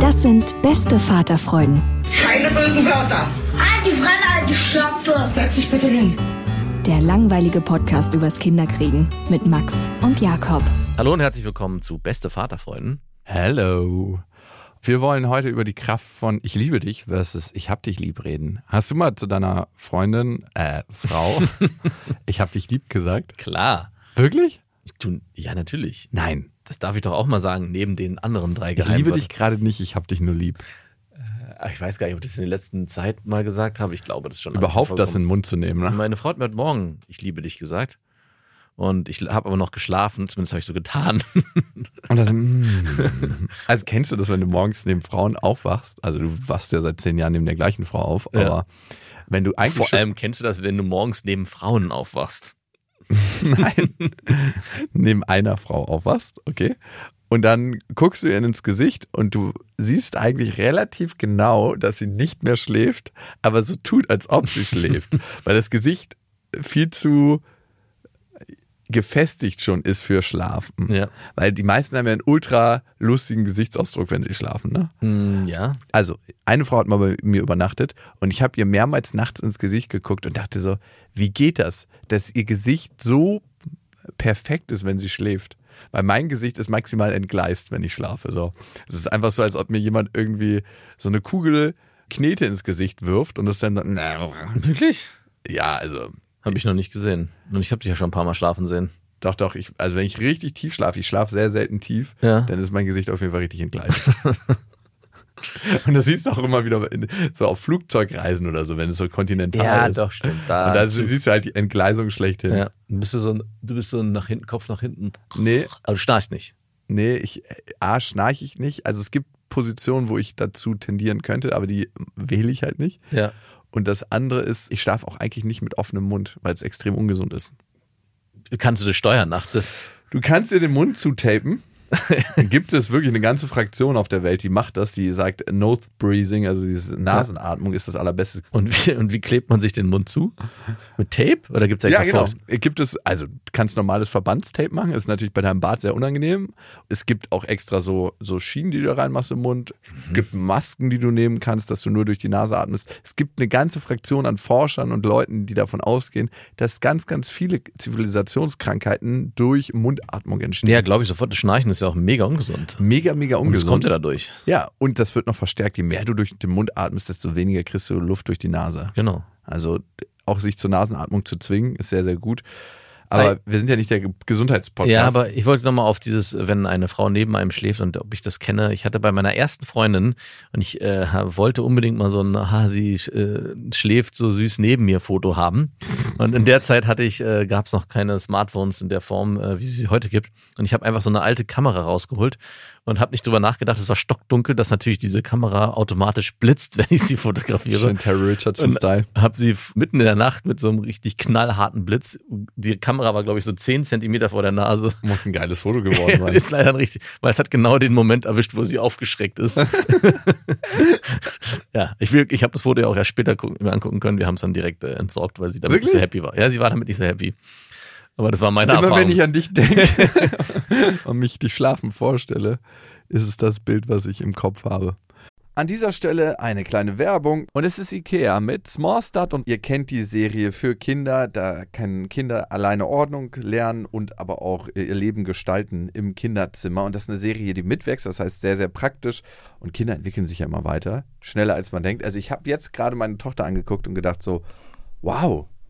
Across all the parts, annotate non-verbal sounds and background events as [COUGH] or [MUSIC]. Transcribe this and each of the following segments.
Das sind beste Vaterfreuden. Keine bösen Wörter. Alte Fremde, alte Schöpfe. Setz dich bitte hin. Der langweilige Podcast übers Kinderkriegen mit Max und Jakob. Hallo und herzlich willkommen zu Beste Vaterfreunden. Hello. Wir wollen heute über die Kraft von Ich liebe dich versus Ich hab dich lieb reden. Hast du mal zu deiner Freundin, äh, Frau, [LAUGHS] Ich hab dich lieb gesagt? Klar. Wirklich? Ich tu, ja, natürlich. Nein. Das darf ich doch auch mal sagen, neben den anderen drei Ich liebe dich Geheimwörtern. Ah, gerade nicht, ich hab dich nur lieb. Ich weiß gar nicht, ob ich das in der letzten Zeit mal gesagt habe. Ich glaube, das ist schon. Überhaupt das in vorgekommen. den Mund zu nehmen, [LAUGHS] ne? Meine Frau hat mir heute Morgen, ich liebe dich gesagt. Und ich habe aber noch geschlafen, zumindest habe ich so [LAUGHS] getan. Und das, mm. also kennst du das, wenn du morgens neben Frauen aufwachst? Also du wachst ja seit zehn Jahren neben der gleichen Frau auf, Ja. aber wenn du eigentlich Vor schon- allem kennst du das, wenn du morgens neben Frauen aufwachst. Nein. Neben einer Frau aufwachst, okay? Und dann guckst du ihr ins Gesicht und du siehst eigentlich relativ genau, dass sie nicht mehr schläft, aber so tut, als ob sie schläft. Weil das Gesicht viel zu gefestigt schon ist für Schlafen. Ja. Weil die meisten haben ja einen ultra lustigen Gesichtsausdruck, wenn sie schlafen, ne? Hm, ja. Also, eine Frau hat mal bei mir übernachtet und ich habe ihr mehrmals nachts ins Gesicht geguckt und dachte so, wie geht das, dass ihr Gesicht so perfekt ist, wenn sie schläft? Weil mein Gesicht ist maximal entgleist, wenn ich schlafe. So. Es ist einfach so, als ob mir jemand irgendwie so eine Kugel Knete ins Gesicht wirft und das dann. Wirklich? [LAUGHS] Ja, also. Habe ich noch nicht gesehen. Und ich habe dich ja schon ein paar Mal schlafen sehen. Doch, doch, ich, also wenn ich richtig tief schlafe, ich schlafe sehr selten tief, Ja. dann ist mein Gesicht auf jeden Fall richtig entgleist. [LAUGHS] Und das siehst du auch immer wieder in, so auf Flugzeugreisen oder so, wenn es so kontinental ist. stimmt. Und Ah, Da da siehst du halt die Entgleisung schlechthin. ja. bist du, so ein, du bist so ein nach hinten, Kopf nach hinten. Nee. Aber du schnarchst nicht. Nee, ich, A, schnarche ich nicht. Also es gibt Positionen, wo ich dazu tendieren könnte, aber die wähle ich halt nicht. Ja. Und das andere ist, ich schlafe auch eigentlich nicht mit offenem Mund, weil es extrem ungesund ist. Kannst du das steuern nachts? Das, Du kannst dir den Mund [LAUGHS] zutapen. gibt es wirklich eine ganze Fraktion auf der Welt, die macht das, die sagt, Nose Breathing, also diese Nasenatmung ist das allerbeste. und, wie, und wie klebt man sich den Mund zu? Mit Tape? Oder gibt's extra Fort? Gibt es, also du kannst normales Verbandstape machen, ist natürlich bei deinem Bart sehr unangenehm. Es gibt auch extra so, so Schienen, die du da reinmachst im Mund. Mhm. Es gibt Masken, die du nehmen kannst, dass du nur durch die Nase atmest. Es gibt eine ganze Fraktion an Forschern und Leuten, die davon ausgehen, dass ganz, ganz viele Zivilisationskrankheiten durch Mundatmung entstehen. Ja, glaube ich sofort. Das Schnarchen ist ja auch mega ungesund. Mega, mega Und ungesund. das kommt ja dadurch. Ja, und das wird noch verstärkt. Je mehr du durch den Mund atmest, desto weniger kriegst du Luft durch die Nase. Genau. Also auch sich zur Nasenatmung zu zwingen, ist sehr, sehr gut. Aber Ei. wir sind ja nicht der Ge- Gesundheitspodcast. Ja, aber ich wollte nochmal auf dieses, wenn eine Frau neben einem schläft und ob ich das kenne. Ich hatte bei meiner ersten Freundin und ich äh, ha- wollte unbedingt mal so ein, ah, sie äh, schläft so süß neben mir Foto haben. Und in der Zeit hatte ich, äh, gab es noch keine Smartphones in der Form, äh, wie es sie heute gibt. Und ich habe einfach so eine alte Kamera rausgeholt und habe nicht drüber nachgedacht. Es war stockdunkel, dass natürlich diese Kamera automatisch blitzt, [LAUGHS] wenn ich sie fotografiere. Schön Terry Richardson-Style. Hab sie f- mitten in der Nacht mit so einem richtig knallharten Blitz. Die Kamera war, glaube ich, so 10 Zentimeter vor der Nase. Muss ein geiles Foto [LAUGHS] geworden sein. Ist leider richtig, weil es hat genau den Moment erwischt, wo sie [LAUGHS] aufgeschreckt ist. ja, ich will, ich habe das Foto ja auch erst später gucken, mir angucken können. Wir haben es dann direkt äh, entsorgt, weil sie damit Wirklich? nicht so happy war. Ja, sie war damit nicht so happy. Aber das war meine Immer Erfahrung. wenn ich an dich [LAUGHS] denke und mich dich schlafen vorstelle, ist es das Bild, was ich im Kopf habe. An dieser Stelle eine kleine Werbung und es ist Ikea mit Smallstart und ihr kennt die Serie für Kinder, da können Kinder alleine Ordnung lernen und aber auch ihr Leben gestalten im Kinderzimmer und das ist eine Serie, die mitwächst, das heißt sehr, sehr praktisch und Kinder entwickeln sich ja immer weiter, schneller als man denkt. Also ich habe jetzt gerade meine Tochter angeguckt und gedacht so, wow,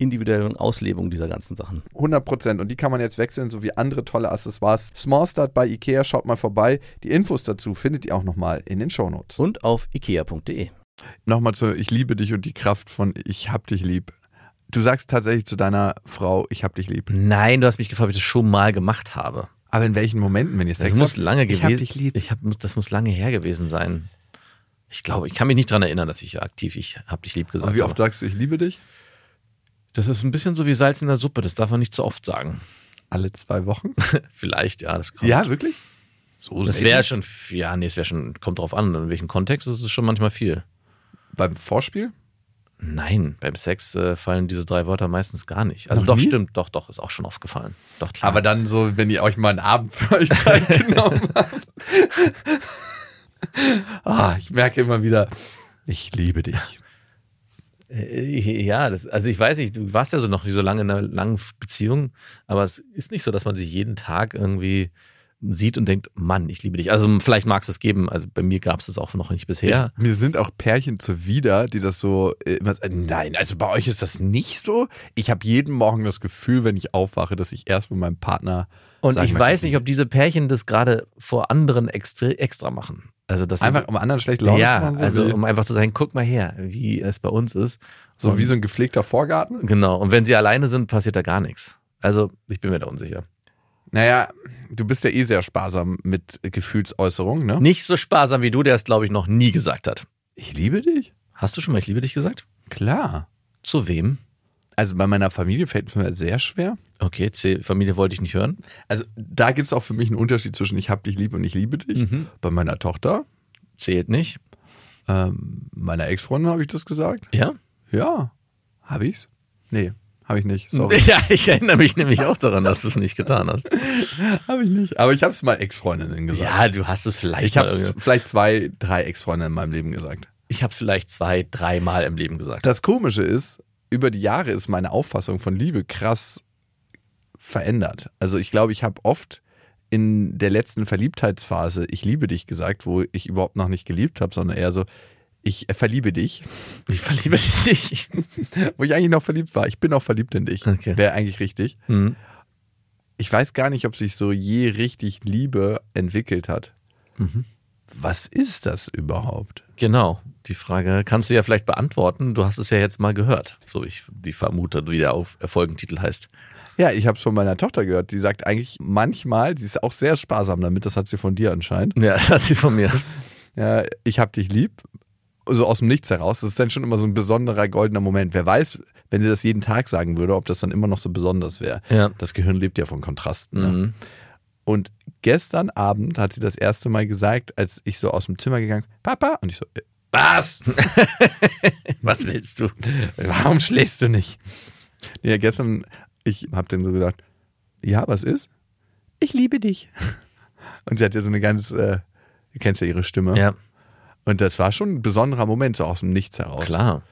individuellen Auslebung dieser ganzen Sachen. 100 Prozent. Und die kann man jetzt wechseln, sowie andere tolle Accessoires. Smallstart bei Ikea, schaut mal vorbei. Die Infos dazu findet ihr auch nochmal in den Shownotes. Und auf ikea.de. Nochmal zu Ich liebe dich und die Kraft von Ich hab dich lieb. Du sagst tatsächlich zu deiner Frau, ich hab dich lieb. [LAUGHS] Nein, du hast mich gefragt, ob ich das schon mal gemacht habe. Aber in welchen Momenten, wenn ihr Das Sex muss habt? lange Ich hab gewesen. dich lieb. Ich hab, das muss lange her gewesen sein. Ich glaube, ich kann mich nicht dran erinnern, dass ich aktiv, ich hab dich lieb gesagt Und wie oft habe. sagst du, ich liebe dich? Das ist ein bisschen so wie Salz in der Suppe, das darf man nicht zu oft sagen. Alle zwei Wochen? [LAUGHS] Vielleicht, ja, das kommt. ja, wirklich? so das wäre schon, ja, nee, es wäre schon, kommt drauf an, in welchem Kontext ist es schon manchmal viel. Beim Vorspiel? Nein, beim Sex äh, fallen diese drei Wörter meistens gar nicht. Also Noch doch, nie? stimmt, doch, doch, ist auch schon aufgefallen. Doch, klar. Aber dann so, wenn ihr euch mal einen Abend für euch Zeit [LAUGHS] genommen habt. ah, ich merke immer wieder, ich liebe dich. Äh, ja, das, also ich weiß nicht, du warst ja so noch nie so lange in einer langen Beziehung, aber es ist nicht so, dass man sich jeden Tag irgendwie sieht und denkt, Mann, ich liebe dich. Also vielleicht mag es es geben, also bei mir gab es das auch noch nicht bisher. Ich, mir sind auch Pärchen zuwider, die das so äh, immer sagen, nein, also bei euch ist das nicht so. Ich habe jeden Morgen das Gefühl, wenn ich aufwache, dass ich erst mit meinem Partner und sagen ich möchte, weiß nicht, ob diese Pärchen das gerade vor anderen extra, extra machen. Also das einfach um anderen schlechte Laune ja, zu machen, so, also wie, um einfach zu sagen, guck mal her, wie es bei uns ist. so um wie so ein gepflegter Vorgarten. Genau. Und wenn sie alleine sind, passiert da gar nichts. Also ich bin mir da unsicher. Naja, du bist ja eh sehr sparsam mit Gefühlsäußerungen, ne? Nicht so sparsam wie du, der es, glaube ich, noch nie gesagt hat. Ich liebe dich. Hast du schon mal Ich liebe dich gesagt? Klar. Zu wem? Also bei meiner Familie fällt es mir halt sehr schwer. Okay, C, Familie wollte ich nicht hören. Also da gibt es auch für mich einen Unterschied zwischen ich hab dich lieb und ich liebe dich. Bei meiner Tochter, Zählt nicht. ähm, meiner Ex-Freundin habe ich das gesagt. Ja? Ja. Habe ich's? Nee, habe ich nicht. Sorry. [LAUGHS] Ja, ich erinnere mich nämlich auch daran, dass du es nicht getan hast. habe ich nicht. Aber ich habe es mal Ex-Freundinnen gesagt. Ja, du hast es vielleicht ich mal habe es irgendwie- vielleicht zwei, drei Ex-Freundinnen in meinem Leben gesagt. Ich habe es vielleicht zwei, dreimal im Leben gesagt. Das Komische ist, über die Jahre ist meine Auffassung von Liebe krass verändert. Also ich glaube, ich habe oft in der letzten Verliebtheitsphase ich liebe dich gesagt, wo ich überhaupt noch nicht geliebt habe, sondern eher so ich verliebe dich, ich verliebe dich. wo ich eigentlich noch verliebt war. Ich bin auch verliebt in dich. Okay. Wäre eigentlich richtig. Hm. ich weiß gar nicht, ob sich so je richtig Liebe entwickelt hat. Mhm. Was ist das überhaupt? Genau. Die Frage kannst du ja vielleicht beantworten. Du hast es ja jetzt mal gehört, so ich die vermute, wie der Auf äh, Folgentitel heißt. Ja, ich habe es von meiner Tochter gehört. Die sagt eigentlich manchmal, sie ist auch sehr sparsam damit, das hat sie von dir anscheinend. Ja, [LAUGHS] das hast du von mir. Ja, ich hab dich lieb. So aus dem Nichts heraus. Das ist dann schon immer so ein besonderer goldener Moment. Wer weiß, wenn sie das jeden Tag sagen würde, ob das dann immer noch so besonders wäre. Ja. Das Gehirn lebt ja von Kontrasten. Ne? Mhm. Und gestern Abend hat sie das erste Mal gesagt, als ich so aus dem Zimmer gegangen bin, Papa. Und ich so, äh, was? [LAUGHS] Was willst du? Warum schläfst du nicht? Ja, gestern, ich habe dann so gesagt, ja, was ist? Ich liebe dich. [LAUGHS] Und sie hat ja so eine ganz, äh, du kennst ja ihre Stimme. Ja, Und das war schon ein besonderer Moment, so aus dem Nichts heraus. klar.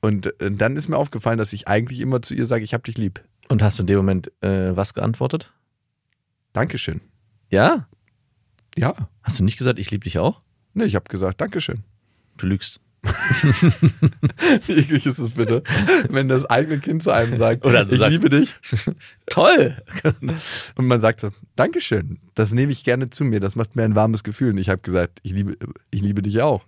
Und äh, dann ist mir aufgefallen, dass ich eigentlich immer zu ihr sage, ich hab dich lieb. Und hast du in dem Moment äh, was geantwortet? Dankeschön. Ja? Ja. Hast du nicht gesagt, ich liebe dich auch? Ne, ich habe gesagt, Dankeschön. [LAUGHS] Du lügst. Wie eklig ist es bitte, [LAUGHS] wenn das eigene Kind zu einem sagt, Oder du ich sagst- liebe dich. Toll. Und man sagt so, Dankeschön, das nehme ich gerne zu mir, das macht mir ein warmes Gefühl. Und ich habe gesagt, ich liebe, ich liebe dich auch.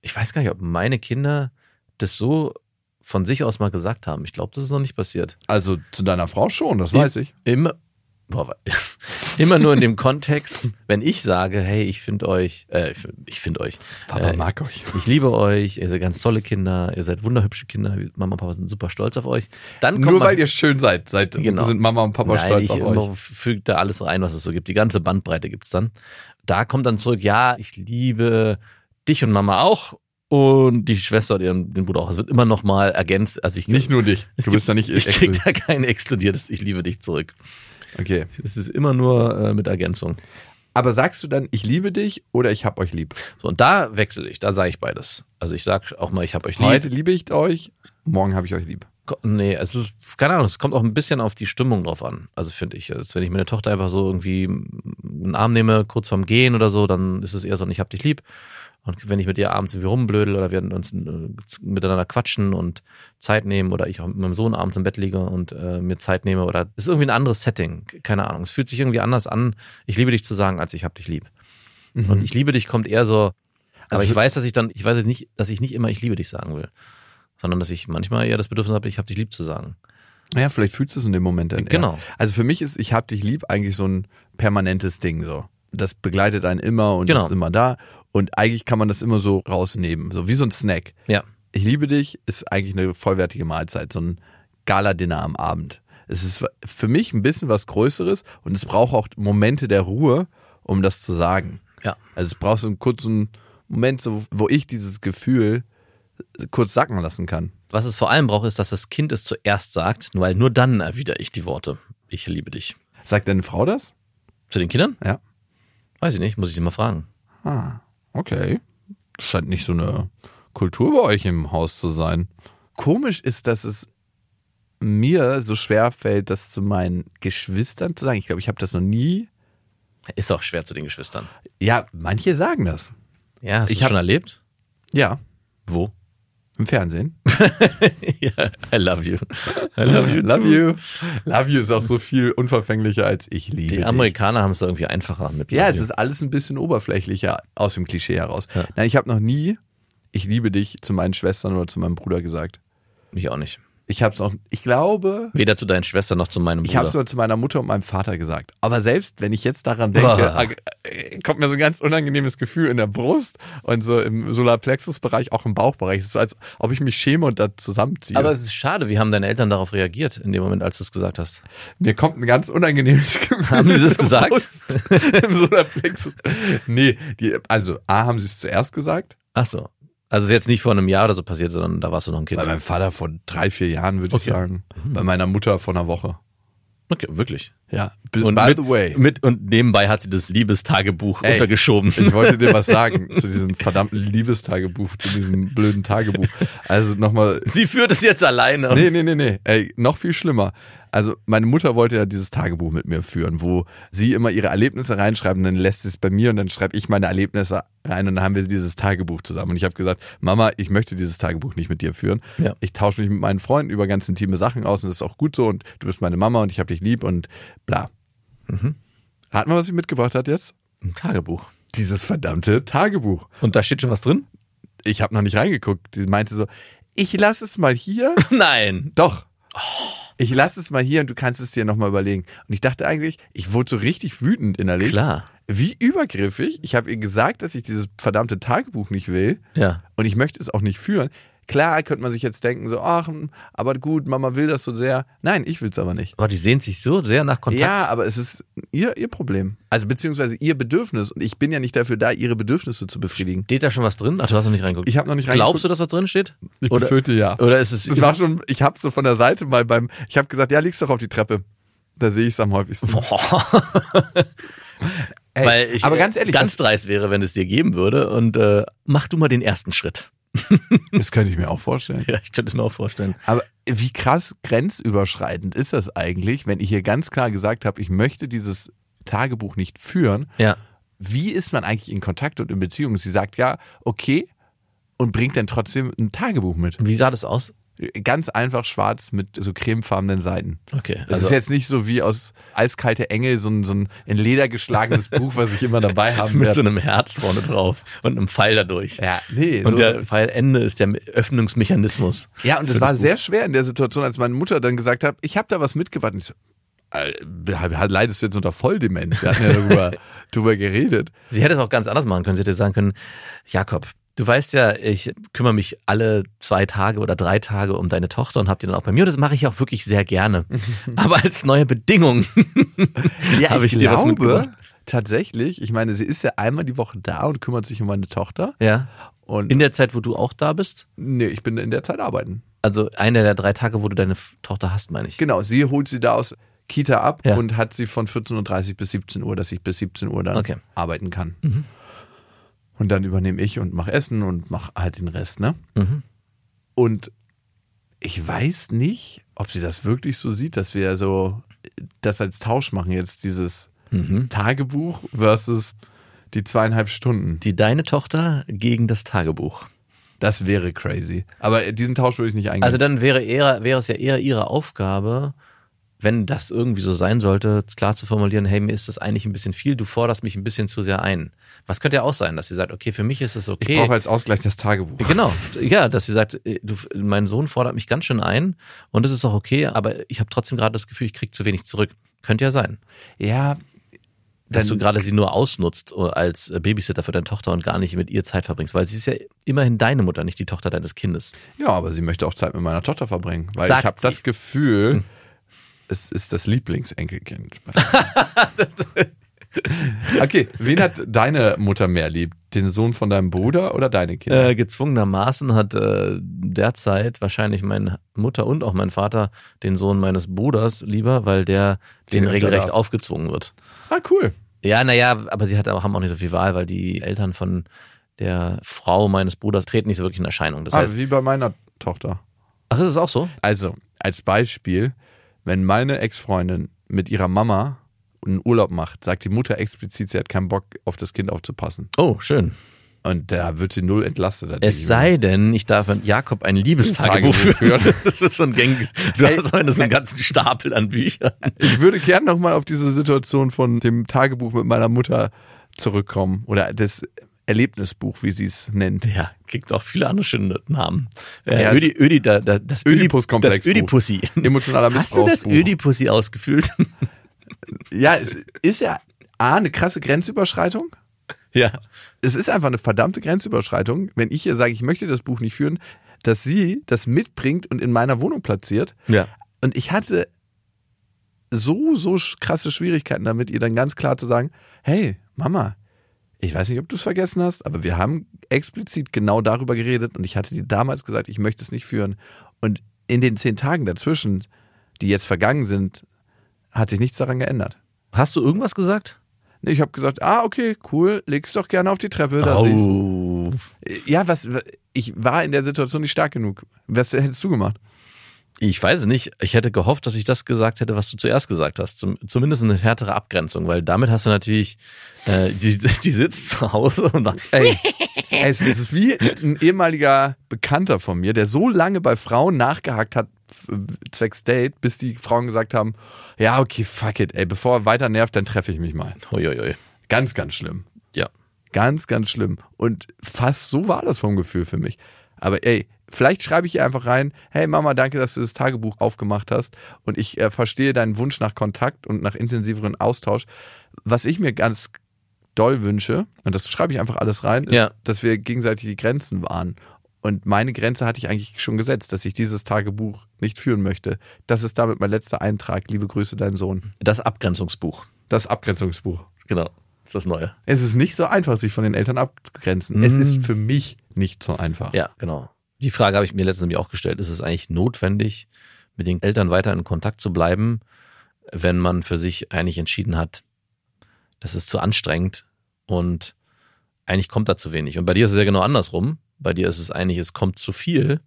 Ich weiß gar nicht, ob meine Kinder das so von sich aus mal gesagt haben. Ich glaube, das ist noch nicht passiert. Also zu deiner Frau schon, das Die- weiß ich. Immer, boah, wa- [LAUGHS] immer nur in dem Kontext, wenn ich sage, hey, ich finde euch, äh, ich find- ich finde euch, Papa Äh, mag euch. ich liebe euch, ihr seid ganz tolle Kinder, ihr seid wunderhübsche Kinder, Mama und Papa sind super stolz auf euch. Dann kommt Nur man- weil ihr schön seid, seid Genau. sind Mama und Papa Nein, stolz ich auf euch. fügt da alles rein, was es so gibt. Die ganze Bandbreite gibt's dann. Da kommt dann zurück, ja, ich liebe dich und Mama auch und die Schwester und ihren, den Bruder auch. Es wird immer noch mal ergänzt. Also ich Nicht nur dich. Du es bist da nicht [LAUGHS] ich krieg exklusiv. da kein explodiertes Ich liebe dich zurück. Okay. Es ist immer nur äh, mit Ergänzung. Aber sagst du dann, ich liebe dich oder ich hab euch lieb? So, und da wechsle ich, da sage ich beides. Also ich sag auch mal, ich habe euch lieb. Heute liebe ich euch, morgen habe ich euch lieb. Ko- Nee, es ist, keine Ahnung, es kommt auch ein bisschen auf die Stimmung drauf an. Also finde ich, also wenn ich meine Tochter einfach so irgendwie einen Arm nehme, kurz vorm Gehen oder so, dann ist es eher so, ein ich hab dich lieb. Und wenn ich mit ihr abends irgendwie rumblödel oder wir uns äh, miteinander quatschen und Zeit nehmen oder ich auch mit meinem Sohn abends im Bett liege und äh, mir Zeit nehme oder es ist irgendwie ein anderes Setting, keine Ahnung. Es fühlt sich irgendwie anders an, ich liebe dich zu sagen, als ich hab dich lieb. Und ich liebe dich kommt eher Mhm. so, aber Also- ich weiß, dass ich dann, ich weiß jetzt nicht, dass ich nicht immer ich liebe dich sagen will, sondern dass ich manchmal eher das Bedürfnis habe, ich hab dich lieb zu sagen. Ja, vielleicht fühlst du es in dem Moment dann. eher. Genau. Also für mich ist, ich hab dich lieb eigentlich so ein permanentes Ding so. Das begleitet einen immer und Genau. ist immer da. Und eigentlich kann man das immer so rausnehmen, so wie so ein Snack. Ja. Ich liebe dich ist eigentlich eine vollwertige Mahlzeit, so ein Gala-Dinner am Abend. Es ist für mich ein bisschen was Größeres und es braucht auch Momente der Ruhe, um das zu sagen. Ja. Also es braucht so einen kurzen Moment, so, wo ich dieses Gefühl kurz sacken lassen kann. Was es vor allem braucht, ist, dass das Kind es zuerst sagt, weil nur dann erwidere ich die Worte. Ich liebe dich. Sagt deine Frau das? Zu den Kindern? Ja. Weiß ich nicht, muss ich sie mal fragen. Ah, okay. Scheint nicht so eine Kultur bei euch im Haus zu sein. Komisch ist, dass es mir so schwer fällt, das zu meinen Geschwistern zu sagen. Ich glaube, ich habe das noch nie. Ist auch schwer zu den Geschwistern. Ja, manche sagen das. Ja, hast Ich du es hab- schon erlebt? Ja, Wo? im Fernsehen. [LAUGHS] ja, I love you. I [LAUGHS] love [LAUGHS] you. Love too. you. Love you ist auch so viel unverfänglicher als ich liebe. Die dich. Amerikaner haben es da irgendwie einfacher mit. Ja, Love es you. ist alles ein bisschen oberflächlicher aus dem Klischee heraus. Ja. Nein, ich habe noch nie, ich liebe dich zu meinen Schwestern oder zu meinem Bruder gesagt. Mich auch nicht. Ich habe es auch, ich glaube, Weder zu deinen Schwestern noch zu meinem Ich habe es Bruder. nur zu meiner Mutter und meinem Vater gesagt. Aber selbst wenn ich jetzt daran denke, Ah. äh, kommt mir so ein ganz unangenehmes Gefühl in der Brust und so im Solarplexus-Bereich, auch im Bauchbereich. Es ist so, als ob ich mich schäme und da zusammenziehe. Aber Aber es ist schade, wie haben deine Eltern darauf reagiert in dem Moment, als du es gesagt hast? mir kommt ein ganz [LAUGHS] unangenehmes Gefühl. Haben die in das der gesagt? Brust, [LAUGHS] Im Solarplexus. Nee, die, also A, haben sie es zuerst gesagt. Ach so. Also es ist jetzt nicht vor einem Jahr oder so passiert, sondern da warst du noch ein Kind. Bei meinem Vater vor drei, vier Jahren, würde Okay. Mhm. ich sagen. Bei meiner Mutter vor einer Woche. Okay, wirklich. Ja. B- By mit, the way. Mit, und nebenbei hat sie das Liebestagebuch Ey, untergeschoben. Ich wollte dir was sagen zu diesem verdammten Liebestagebuch, zu diesem blöden Tagebuch. Also nochmal. [LAUGHS] Sie führt es jetzt alleine. Nee, nee, nee, nee. Ey, noch viel schlimmer. Also, meine Mutter wollte ja dieses Tagebuch mit mir führen, wo sie immer ihre Erlebnisse reinschreibt und dann lässt sie es bei mir und dann schreibe ich meine Erlebnisse rein und dann haben wir dieses Tagebuch zusammen. Und ich habe gesagt, Mama, ich möchte dieses Tagebuch nicht mit dir führen. Ja. Ich tausche mich mit meinen Freunden über ganz intime Sachen aus und das ist auch gut so und du bist meine Mama und ich habe dich lieb und bla. Rat mal, was sie mitgebracht hat jetzt? Ein Tagebuch. Dieses verdammte Tagebuch Und da steht schon was drin? [LAUGHS] ich habe noch nicht reingeguckt. Die meinte so, ich lasse es mal [LAUGHS] hier. Nein. Doch. Oh. Ich lasse es mal hier und du kannst es dir nochmal überlegen. Und ich dachte eigentlich, ich wurde so richtig wütend innerlich. Klar. Wie übergriffig. Ich habe ihr gesagt, dass ich dieses verdammte Tagebuch nicht will Ja. und ich möchte es auch nicht führen. Klar könnte man sich jetzt denken, so, ach, hm, aber gut, Mama will das so sehr. Nein, ich will es aber nicht. Aber die sehnt sich so sehr nach Kontakt. Ja, aber es ist ihr, ihr Problem. Also beziehungsweise ihr Bedürfnis. Und ich bin ja nicht dafür da, ihre Bedürfnisse zu befriedigen. Steht da schon was drin? Ach, du hast noch nicht reingeguckt. Ich habe noch nicht Glaubst du, dass was drin steht? Ich oder, befürchte ja. oder ist es. Das [LAUGHS] war schon, ich habe so von der Seite mal beim, ich habe gesagt, ja, liegst doch auf die Treppe. Da sehe ich es am häufigsten. Boah. Ey, Weil ich, äh, aber ganz ehrlich, ganz dreist wäre, wenn es dir geben würde. Und äh, mach du mal den ersten Schritt. das, das könnte ich mir auch vorstellen. [LAUGHS] Ja, ich könnte es mir auch vorstellen. Aber wie krass grenzüberschreitend ist das eigentlich, wenn ich hier ganz klar gesagt habe, ich möchte dieses Tagebuch nicht führen. Ja. Wie ist man eigentlich in Kontakt und in Beziehung? Sie sagt, ja, okay. und bringt dann trotzdem ein Tagebuch mit. Wie sah das aus? Ganz einfach schwarz mit so cremefarbenen Seiten. Okay. Also Das ist jetzt nicht so wie aus Eiskalte Engel so ein, so ein in Leder geschlagenes Buch, was ich immer [LAUGHS] dabei haben [LAUGHS] mit werde. so einem Herz vorne drauf und einem Pfeil dadurch. ja, nee. Und so der Pfeilende ist der Öffnungsmechanismus. Ja, und es Für war das Buch. sehr schwer in der Situation, als meine Mutter dann gesagt hat, ich habe da was mitgebracht. Und ich so, äh, leidest du jetzt unter Volldemenz? Wir hatten ja darüber, [LAUGHS] darüber geredet. Sie hätte es auch ganz anders machen können. Sie hätte sagen können, Jakob, du weißt ja, ich kümmere mich alle zwei Tage oder drei Tage um deine Tochter und hab die dann auch bei mir. Und Das mache ich auch wirklich sehr [LAUGHS] gerne. Aber als neue [LAUGHS] Bedingung [LAUGHS] habe ich, dir was mitgebracht. tatsächlich, ich meine, sie ist ja einmal die Woche da und kümmert sich um meine Tochter. Ja. Und In der Zeit, wo du auch da bist, nee, ich bin in der Zeit arbeiten. also einer der drei Tage, wo du deine F- Tochter hast, meine ich. Genau, sie holt sie da aus Kita ab Ja. und hat sie von 14.30 Uhr bis 17 Uhr, dass ich bis 17 Uhr dann Okay. Mhm. arbeiten kann. Und dann übernehme ich und mache Essen und mache halt den Rest, ne? Mhm. Und ich weiß nicht, ob sie das wirklich so sieht, dass wir so das als Tausch machen, jetzt dieses Mhm. Tagebuch versus die zweieinhalb Stunden. Die deine Tochter gegen das Tagebuch. Das wäre crazy. Aber diesen Tausch würde ich nicht eingehen. Also dann wäre eher, wäre es ja eher ihre Aufgabe, wenn das irgendwie so sein sollte, klar zu formulieren, hey, mir ist das eigentlich ein bisschen viel, du forderst mich ein bisschen zu sehr ein. Was könnte ja auch sein, dass sie sagt, okay, für mich ist es ich okay. brauche als Ausgleich das Tagebuch. genau, ja, dass sie sagt, äh, du, mein Sohn fordert mich ganz schön ein und das ist auch okay, aber ich habe trotzdem gerade das Gefühl, ich krieg zu wenig zurück. Könnte ja sein, Ja, dass Dann- du gerade sie nur ausnutzt äh, als äh, Babysitter für deine Tochter und gar nicht mit ihr Zeit verbringst, weil sie ist ja immerhin deine Mutter, nicht die Tochter deines Kindes. Ja, aber sie möchte auch Zeit mit meiner Tochter verbringen, weil Sagt ich habe sie. Hm. das Gefühl, es ist das [LAUGHS] Lieblingsenkelkind. okay, wen hat deine Mutter mehr lieb? Den Sohn von deinem Bruder oder deine Kinder? Äh, gezwungenermaßen hat äh, derzeit wahrscheinlich meine Mutter und auch mein Vater den Sohn meines Bruders lieber, weil der Den den regelrecht unterdarf. aufgezwungen wird. ah, cool. Ja, naja, aber sie hat, auch- haben auch nicht so viel Wahl, weil die Eltern von der Frau meines Bruders treten nicht so wirklich in Erscheinung. Das ah, heißt, wie bei meiner Tochter. ach, ist es auch so? Also, als Beispiel, wenn meine Ex-Freundin mit ihrer Mama einen Urlaub macht, sagt die Mutter explizit, sie hat keinen Bock, auf das Kind aufzupassen. Oh, schön. Und da wird sie null entlastet. da denke Es ich sei denn, ich darf mit Jakob ein Liebestagebuch Tagebuch führen. führen. [LAUGHS] Das ist so ein gängiges. Du Ey, hast heute so einen ganzen Stapel an Büchern. Ich würde gern nochmal auf diese Situation von dem Tagebuch mit meiner Mutter zurückkommen. Oder das Erlebnisbuch, wie sie es nennt. Ja, kriegt auch viele andere schöne Namen. Äh, Ja, Ödi, Ödi, da, da, das Ödi- Ödipus-Komplex- Das Ödipussi. Emotionaler Hast du das Missbrauchsbuch. Ödipussi ausgefüllt? [LAUGHS] Ja, es ist ja A, eine krasse Grenzüberschreitung. ja. Es ist einfach eine verdammte Grenzüberschreitung, wenn ich ihr sage, ich möchte das Buch nicht führen, dass sie das mitbringt und in meiner Wohnung platziert. Ja. Und ich hatte so, so sch- krasse Schwierigkeiten damit, ihr dann ganz klar zu sagen, hey, Mama, ich weiß nicht, ob du es vergessen hast, aber wir haben explizit genau darüber geredet und ich hatte dir damals gesagt, ich möchte es nicht führen. Und in den zehn Tagen dazwischen, die jetzt vergangen sind, hat sich nichts daran geändert. Hast du irgendwas gesagt? Ich habe gesagt, ah, okay, cool, leg's doch gerne auf die Treppe. Da siehst du. Ja, was, ich war in der Situation nicht stark genug. Was hättest du gemacht? Ich weiß es nicht. Ich hätte gehofft, dass ich das gesagt hätte, was du zuerst gesagt hast. Zum, zumindest eine härtere Abgrenzung, weil damit hast du natürlich, äh, die, [LAUGHS] die sitzt zu Hause und macht, Ey, es ist wie ein ehemaliger Bekannter von mir, der so lange bei Frauen nachgehakt hat, f- zwecks Date, bis die Frauen gesagt haben, ja, okay, fuck it, ey, bevor er weiter nervt, dann treffe ich mich mal. oi, oi, oi. Ganz, ganz schlimm. Ja. Ganz, ganz schlimm. Und fast so war das vom Gefühl für mich. Aber ey, vielleicht schreibe ich ihr einfach rein, hey Mama, danke, dass du das Tagebuch aufgemacht hast und ich äh, verstehe deinen Wunsch nach Kontakt und nach intensiveren Austausch. Was ich mir ganz doll wünsche, und das schreibe ich einfach alles rein, ist, Ja. dass wir gegenseitig die Grenzen wahren. Und meine Grenze hatte ich eigentlich schon gesetzt, dass ich dieses Tagebuch nicht führen möchte. Das ist damit mein letzter Eintrag. Liebe Grüße, dein Sohn. Das Abgrenzungsbuch. Das Abgrenzungsbuch. Genau. Das ist das Neue. Es ist nicht so einfach, sich von den Eltern abzugrenzen. Es ist für mich nicht so einfach. Ja, genau. Die Frage habe ich mir letztens nämlich auch gestellt. Ist es eigentlich notwendig, mit den Eltern weiter in Kontakt zu bleiben, wenn man für sich eigentlich entschieden hat, das ist zu anstrengend und eigentlich kommt da zu wenig. Und bei dir ist es ja genau andersrum. Bei dir ist es eigentlich, es kommt zu viel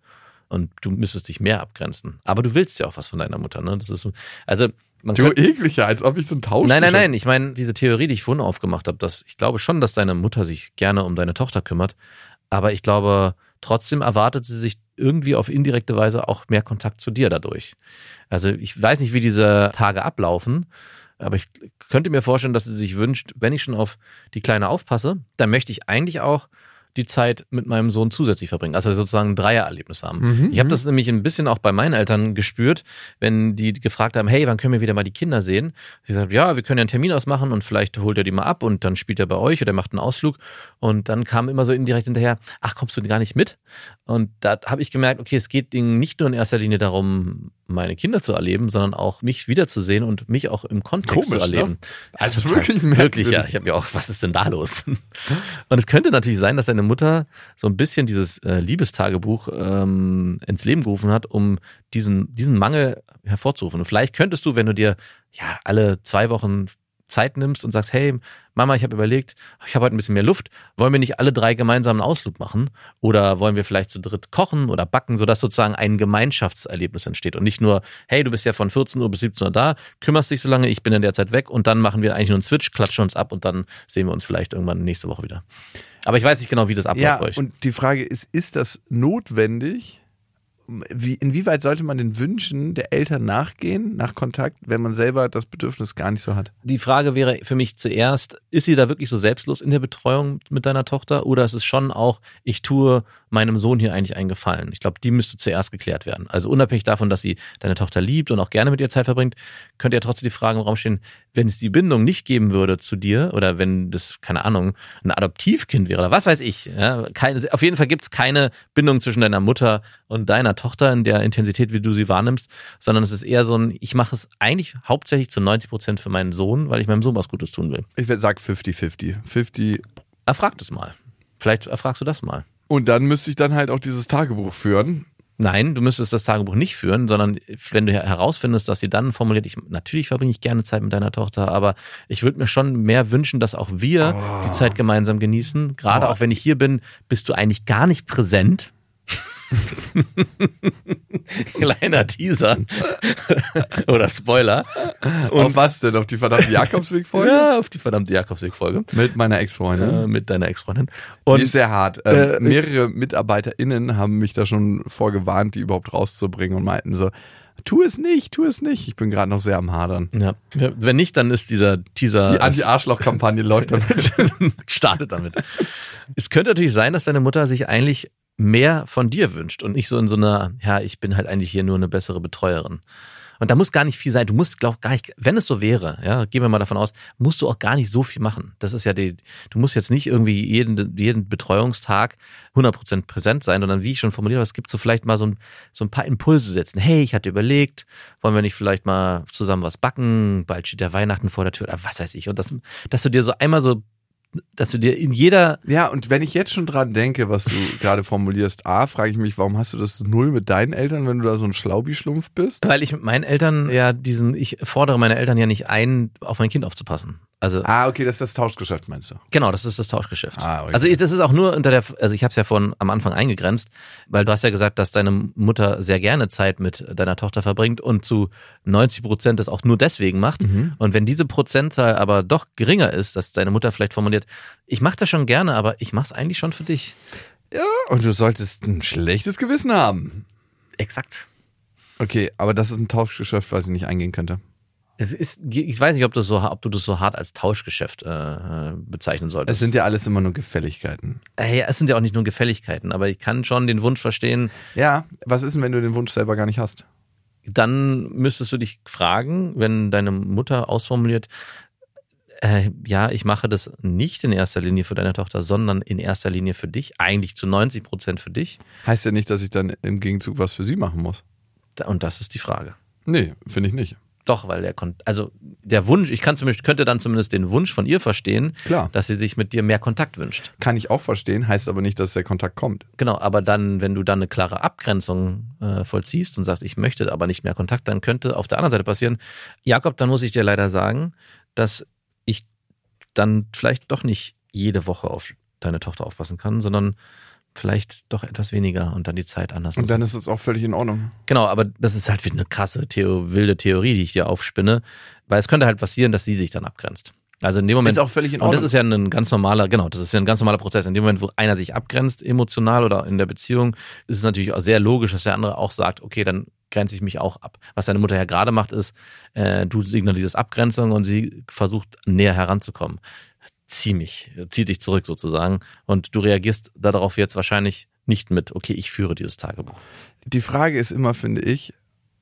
und du müsstest dich mehr abgrenzen. Aber du willst ja auch was von deiner Mutter, ne? Das ist, also, man Du könnte- ekliger, als ob ich so ein Tausch. Nein, nein, nein. Ich meine, diese Theorie, die ich vorhin aufgemacht habe, dass ich glaube schon, dass deine Mutter sich gerne um deine Tochter kümmert, aber ich glaube Trotzdem erwartet sie sich irgendwie auf indirekte Weise auch mehr Kontakt zu dir dadurch. Also ich weiß nicht, wie diese Tage ablaufen, aber ich könnte mir vorstellen, dass sie sich wünscht, wenn ich schon auf die Kleine aufpasse, dann möchte ich eigentlich auch die Zeit mit meinem Sohn zusätzlich verbringen. Also sozusagen ein Dreiererlebnis haben. Mhm. Ich habe das nämlich ein bisschen auch bei meinen Eltern gespürt, wenn die gefragt haben, hey, wann können wir wieder mal die Kinder sehen? Sie sagt, ja, wir können ja einen Termin ausmachen und vielleicht holt er die mal ab und dann spielt er bei euch oder macht einen Ausflug. Und dann kam immer so indirekt hinterher, ach, kommst du denn gar nicht mit? Und da habe ich gemerkt, okay, es geht ihnen nicht nur in erster Linie darum, meine Kinder zu erleben, sondern auch mich wiederzusehen und mich auch im Kontext zu Komisch, ne? erleben. Also Total. wirklich Wirklich, merkwürdig. ja. Ich habe mir auch, was ist denn da los? [LAUGHS] Und es könnte natürlich sein, dass seine Mutter so ein bisschen dieses äh, Liebestagebuch ähm, ins Leben gerufen hat, um diesen, diesen Mangel hervorzurufen. Und vielleicht könntest du, wenn du dir ja alle zwei Wochen Zeit nimmst und sagst, hey, Mama, ich habe überlegt, ich habe heute ein bisschen mehr Luft, wollen wir nicht alle drei gemeinsam einen Ausflug machen? Oder wollen wir vielleicht zu dritt kochen oder backen, sodass sozusagen ein Gemeinschaftserlebnis entsteht und nicht nur, hey, du bist ja von 14 Uhr bis 17 Uhr da, kümmerst dich so lange, ich bin in der Zeit weg und dann machen wir eigentlich nur einen Switch, klatschen uns ab und dann sehen wir uns vielleicht irgendwann nächste Woche wieder. Aber ich weiß nicht genau, wie das abläuft Ja, bei euch. und die Frage ist, ist das notwendig? Wie, inwieweit sollte man den Wünschen der Eltern nachgehen, nach Kontakt, wenn man selber das Bedürfnis gar nicht so hat? die Frage wäre für mich zuerst, ist sie da wirklich so selbstlos in der Betreuung mit deiner Tochter oder ist es schon auch, ich tue meinem Sohn hier eigentlich einen Gefallen? Ich glaube, die müsste zuerst geklärt werden. Also unabhängig davon, dass sie deine Tochter liebt und auch gerne mit ihr Zeit verbringt, könnte ja trotzdem die Frage im Raum stehen, wenn es die Bindung nicht geben würde zu dir oder wenn das, keine Ahnung, ein Adoptivkind wäre oder was weiß ich. Ja, keine, auf jeden Fall gibt es keine Bindung zwischen deiner Mutter und deiner Tochter in der Intensität, wie du sie wahrnimmst, sondern es ist eher so ein, ich mache es eigentlich hauptsächlich zu 90 Prozent für meinen Sohn, weil ich meinem Sohn was Gutes tun will. Ich würd- sag 50-50. 50. Erfrag das mal. Vielleicht erfragst du das mal. Und dann müsste ich dann halt auch dieses Tagebuch führen. Nein, du müsstest das Tagebuch nicht führen, sondern wenn du herausfindest, dass sie dann formuliert, ich, natürlich verbringe ich gerne Zeit mit deiner Tochter, aber ich würde mir schon mehr wünschen, dass auch wir Ah. die Zeit gemeinsam genießen. Gerade auch wenn ich hier bin, bist du eigentlich gar [LAUGHS] nicht präsent. Kleiner Teaser [LAUGHS] oder Spoiler. Und- auf was denn? Auf die [LAUGHS] verdammte Jakobswegfolge? Ja, auf die verdammte Jakobsweg-Folge. Mit meiner Äh, Ex-Freundin. mit deiner Ex-Freundin. Mhm. Die Und ist sehr hart. Ähm, äh, mehrere MitarbeiterInnen haben mich da schon vorgewarnt, die überhaupt rauszubringen und meinten so, tu es nicht, tu es nicht. Ich bin gerade noch sehr am Hadern. ja, wenn nicht, dann ist dieser Teaser Die [LAUGHS] Anti-Arschloch-Kampagne läuft damit. [LAUGHS] startet damit. es könnte natürlich sein, dass deine Mutter sich eigentlich mehr von dir wünscht und nicht so in so einer, ja, ich bin halt eigentlich hier nur eine bessere Betreuerin. Und da muss gar nicht viel sein. Du musst, glaub, gar nicht, wenn es so wäre, ja, gehen wir mal davon aus, musst du auch gar nicht so viel machen. Das ist ja die, du musst jetzt nicht irgendwie jeden, jeden Betreuungstag 100% präsent sein, sondern wie ich schon formuliert habe, es gibt so vielleicht mal so ein, so ein paar Impulse setzen. Hey, ich hatte überlegt, wollen wir nicht vielleicht mal zusammen was backen? Bald steht der Weihnachten vor der Tür oder was weiß ich. Und das, dass du dir so einmal so, dass du dir in jeder, Ja, und wenn ich jetzt schon dran denke, was du gerade formulierst, A, frage ich mich, warum hast du das null mit deinen Eltern, wenn du da so ein Schlaubi-Schlumpf bist? weil ich mit meinen Eltern ja diesen, ich fordere meine Eltern ja nicht ein, auf mein Kind aufzupassen. Also Ah, okay, das ist das Tauschgeschäft, meinst du? Genau, das ist das Tauschgeschäft. Ah, okay. Also ich- das ist auch nur unter der, also ich habe es ja vorhin am Anfang eingegrenzt, weil du hast ja gesagt, dass deine Mutter sehr gerne Zeit mit deiner Tochter verbringt und zu 90 Prozent das auch nur deswegen macht. Mhm. Und wenn diese Prozentzahl aber doch geringer ist, dass deine Mutter vielleicht formuliert, ich mache das schon gerne, aber ich mache es eigentlich schon für dich. Und du solltest ein schlechtes Gewissen haben. Exakt. Okay, aber das ist ein Tauschgeschäft, was ich nicht eingehen könnte. Es ist, ich weiß nicht, ob, das so, ob du das so hart als Tauschgeschäft äh, bezeichnen solltest. Es sind ja alles immer nur Gefälligkeiten. Ey, es sind ja auch nicht nur Gefälligkeiten, aber ich kann schon den Wunsch verstehen, Ja, was ist denn, wenn du den Wunsch selber gar nicht hast? dann müsstest du dich fragen, wenn deine Mutter ausformuliert, äh, ja, ich mache das nicht in erster Linie für deine Tochter, sondern in erster Linie für dich, eigentlich zu 90 Prozent für dich. Heißt ja nicht, dass ich dann im Gegenzug was für sie machen muss. Da- Und das ist die Frage. Nee, finde ich nicht. Doch, weil der Kon also der Wunsch, ich kann zumindest, könnte dann zumindest den Wunsch von ihr verstehen, Klar. dass sie sich mit dir mehr Kontakt wünscht. Kann ich auch verstehen, heißt aber nicht, dass der Kontakt kommt. Genau, aber dann, wenn du dann eine klare Abgrenzung äh, vollziehst und sagst, ich möchte aber nicht mehr Kontakt, dann könnte auf der anderen Seite passieren, Jakob, dann muss ich dir leider sagen, dass ich dann vielleicht doch nicht jede Woche auf deine Tochter aufpassen kann, sondern vielleicht doch etwas weniger und dann die Zeit anders. Und dann nutzen. ist es auch völlig in Ordnung. genau, aber das ist halt wieder eine krasse, Theo wilde Theorie, die ich dir aufspinne, weil es könnte halt passieren, dass sie sich dann abgrenzt. Also in dem Moment Ist auch völlig in und das Ordnung. ist ja ein ganz normaler, genau, das ist ja ein ganz normaler Prozess. In dem Moment, wo einer sich abgrenzt emotional oder in der Beziehung, ist es natürlich auch sehr logisch, dass der andere auch sagt, okay, dann grenze ich mich auch ab. Was deine Mutter ja gerade macht, ist, äh, du signalisierst Abgrenzung und sie versucht näher heranzukommen. Zieh mich, äh, zieh dich zurück sozusagen. Und du reagierst darauf jetzt wahrscheinlich nicht mit, okay, ich führe dieses Tagebuch. Die Frage ist immer, finde ich,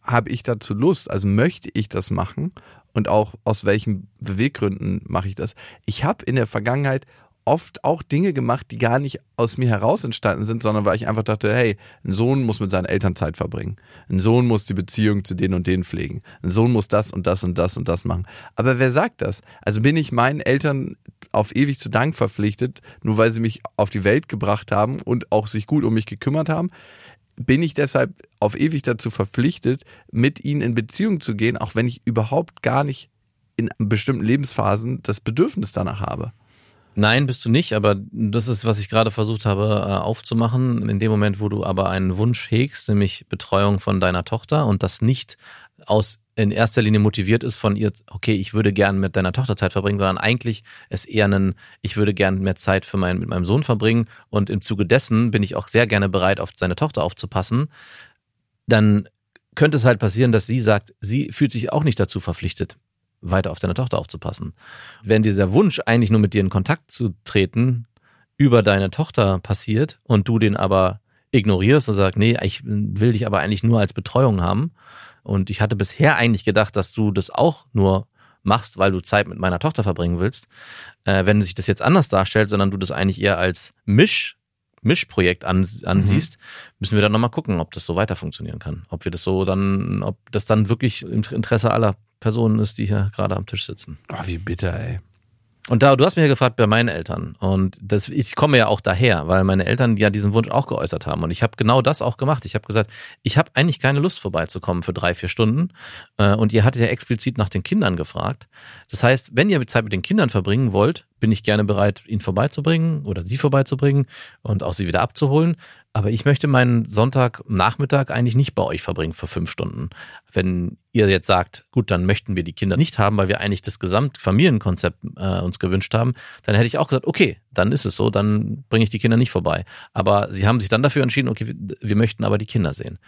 habe ich dazu Lust? Also möchte ich das machen? Und auch aus welchen Beweggründen mache ich das? Ich habe in der Vergangenheit oft auch Dinge gemacht, die gar nicht aus mir heraus entstanden sind, sondern weil ich einfach dachte, hey, ein Sohn muss mit seinen Eltern Zeit verbringen. Ein Sohn muss die Beziehung zu denen und denen pflegen. Ein Sohn muss das und das und das und das machen. Aber wer sagt das? Also bin ich meinen Eltern auf ewig zu Dank verpflichtet, nur weil sie mich auf die Welt gebracht haben und auch sich gut um mich gekümmert haben? bin ich deshalb auf ewig dazu verpflichtet, mit ihnen in Beziehung zu gehen, auch wenn ich überhaupt gar nicht in bestimmten Lebensphasen das Bedürfnis danach habe. Nein, bist du nicht, aber das ist, was ich gerade versucht habe äh, aufzumachen. In dem Moment, wo du aber einen Wunsch hegst, nämlich Betreuung von deiner Tochter und das nicht aus in erster Linie motiviert ist von ihr, okay, ich würde gern mit deiner Tochter Zeit verbringen, sondern eigentlich es eher einen, ich würde gern mehr Zeit für meinen, mit meinem Sohn verbringen und im Zuge dessen bin ich auch sehr gerne bereit, auf seine Tochter aufzupassen, dann könnte es halt passieren, dass sie sagt, sie fühlt sich auch nicht dazu verpflichtet, weiter auf deine Tochter aufzupassen. Wenn dieser Wunsch eigentlich nur mit dir in Kontakt zu treten über deine Tochter passiert und du den aber ignorierst und sagst, nee, ich will dich aber eigentlich nur als Betreuung haben und ich hatte bisher eigentlich gedacht, dass du das auch nur machst, weil du Zeit mit meiner Tochter verbringen willst, äh, wenn sich das jetzt anders darstellt, sondern du das eigentlich eher als Misch Mischprojekt an, ansiehst, müssen wir dann nochmal gucken, ob das so weiter funktionieren kann. Ob wir das so dann, ob das dann wirklich im Interesse aller Personen ist, die hier gerade am Tisch sitzen. Oh, wie bitter, ey. Und da, du hast mich ja gefragt bei meinen Eltern. Und das, ich komme ja auch daher, weil meine Eltern ja diesen Wunsch auch geäußert haben. Und ich habe genau das auch gemacht. Ich habe gesagt, ich habe eigentlich keine Lust vorbeizukommen für drei, vier Stunden. Äh, Und ihr hattet ja explizit nach den Kindern gefragt. Das heißt, wenn ihr Zeit mit den Kindern verbringen wollt, bin ich gerne bereit, ihn vorbeizubringen oder sie vorbeizubringen und auch sie wieder abzuholen. Aber ich möchte meinen Sonntagnachmittag eigentlich nicht bei euch verbringen für fünf Stunden. Wenn ihr jetzt sagt, gut, dann möchten wir die Kinder nicht haben, weil wir eigentlich das Gesamtfamilienkonzept äh, uns gewünscht haben, dann hätte ich auch gesagt, okay, dann ist es so, dann bringe ich die Kinder nicht vorbei. Aber sie haben sich dann dafür entschieden, okay, wir, wir möchten aber die Kinder sehen.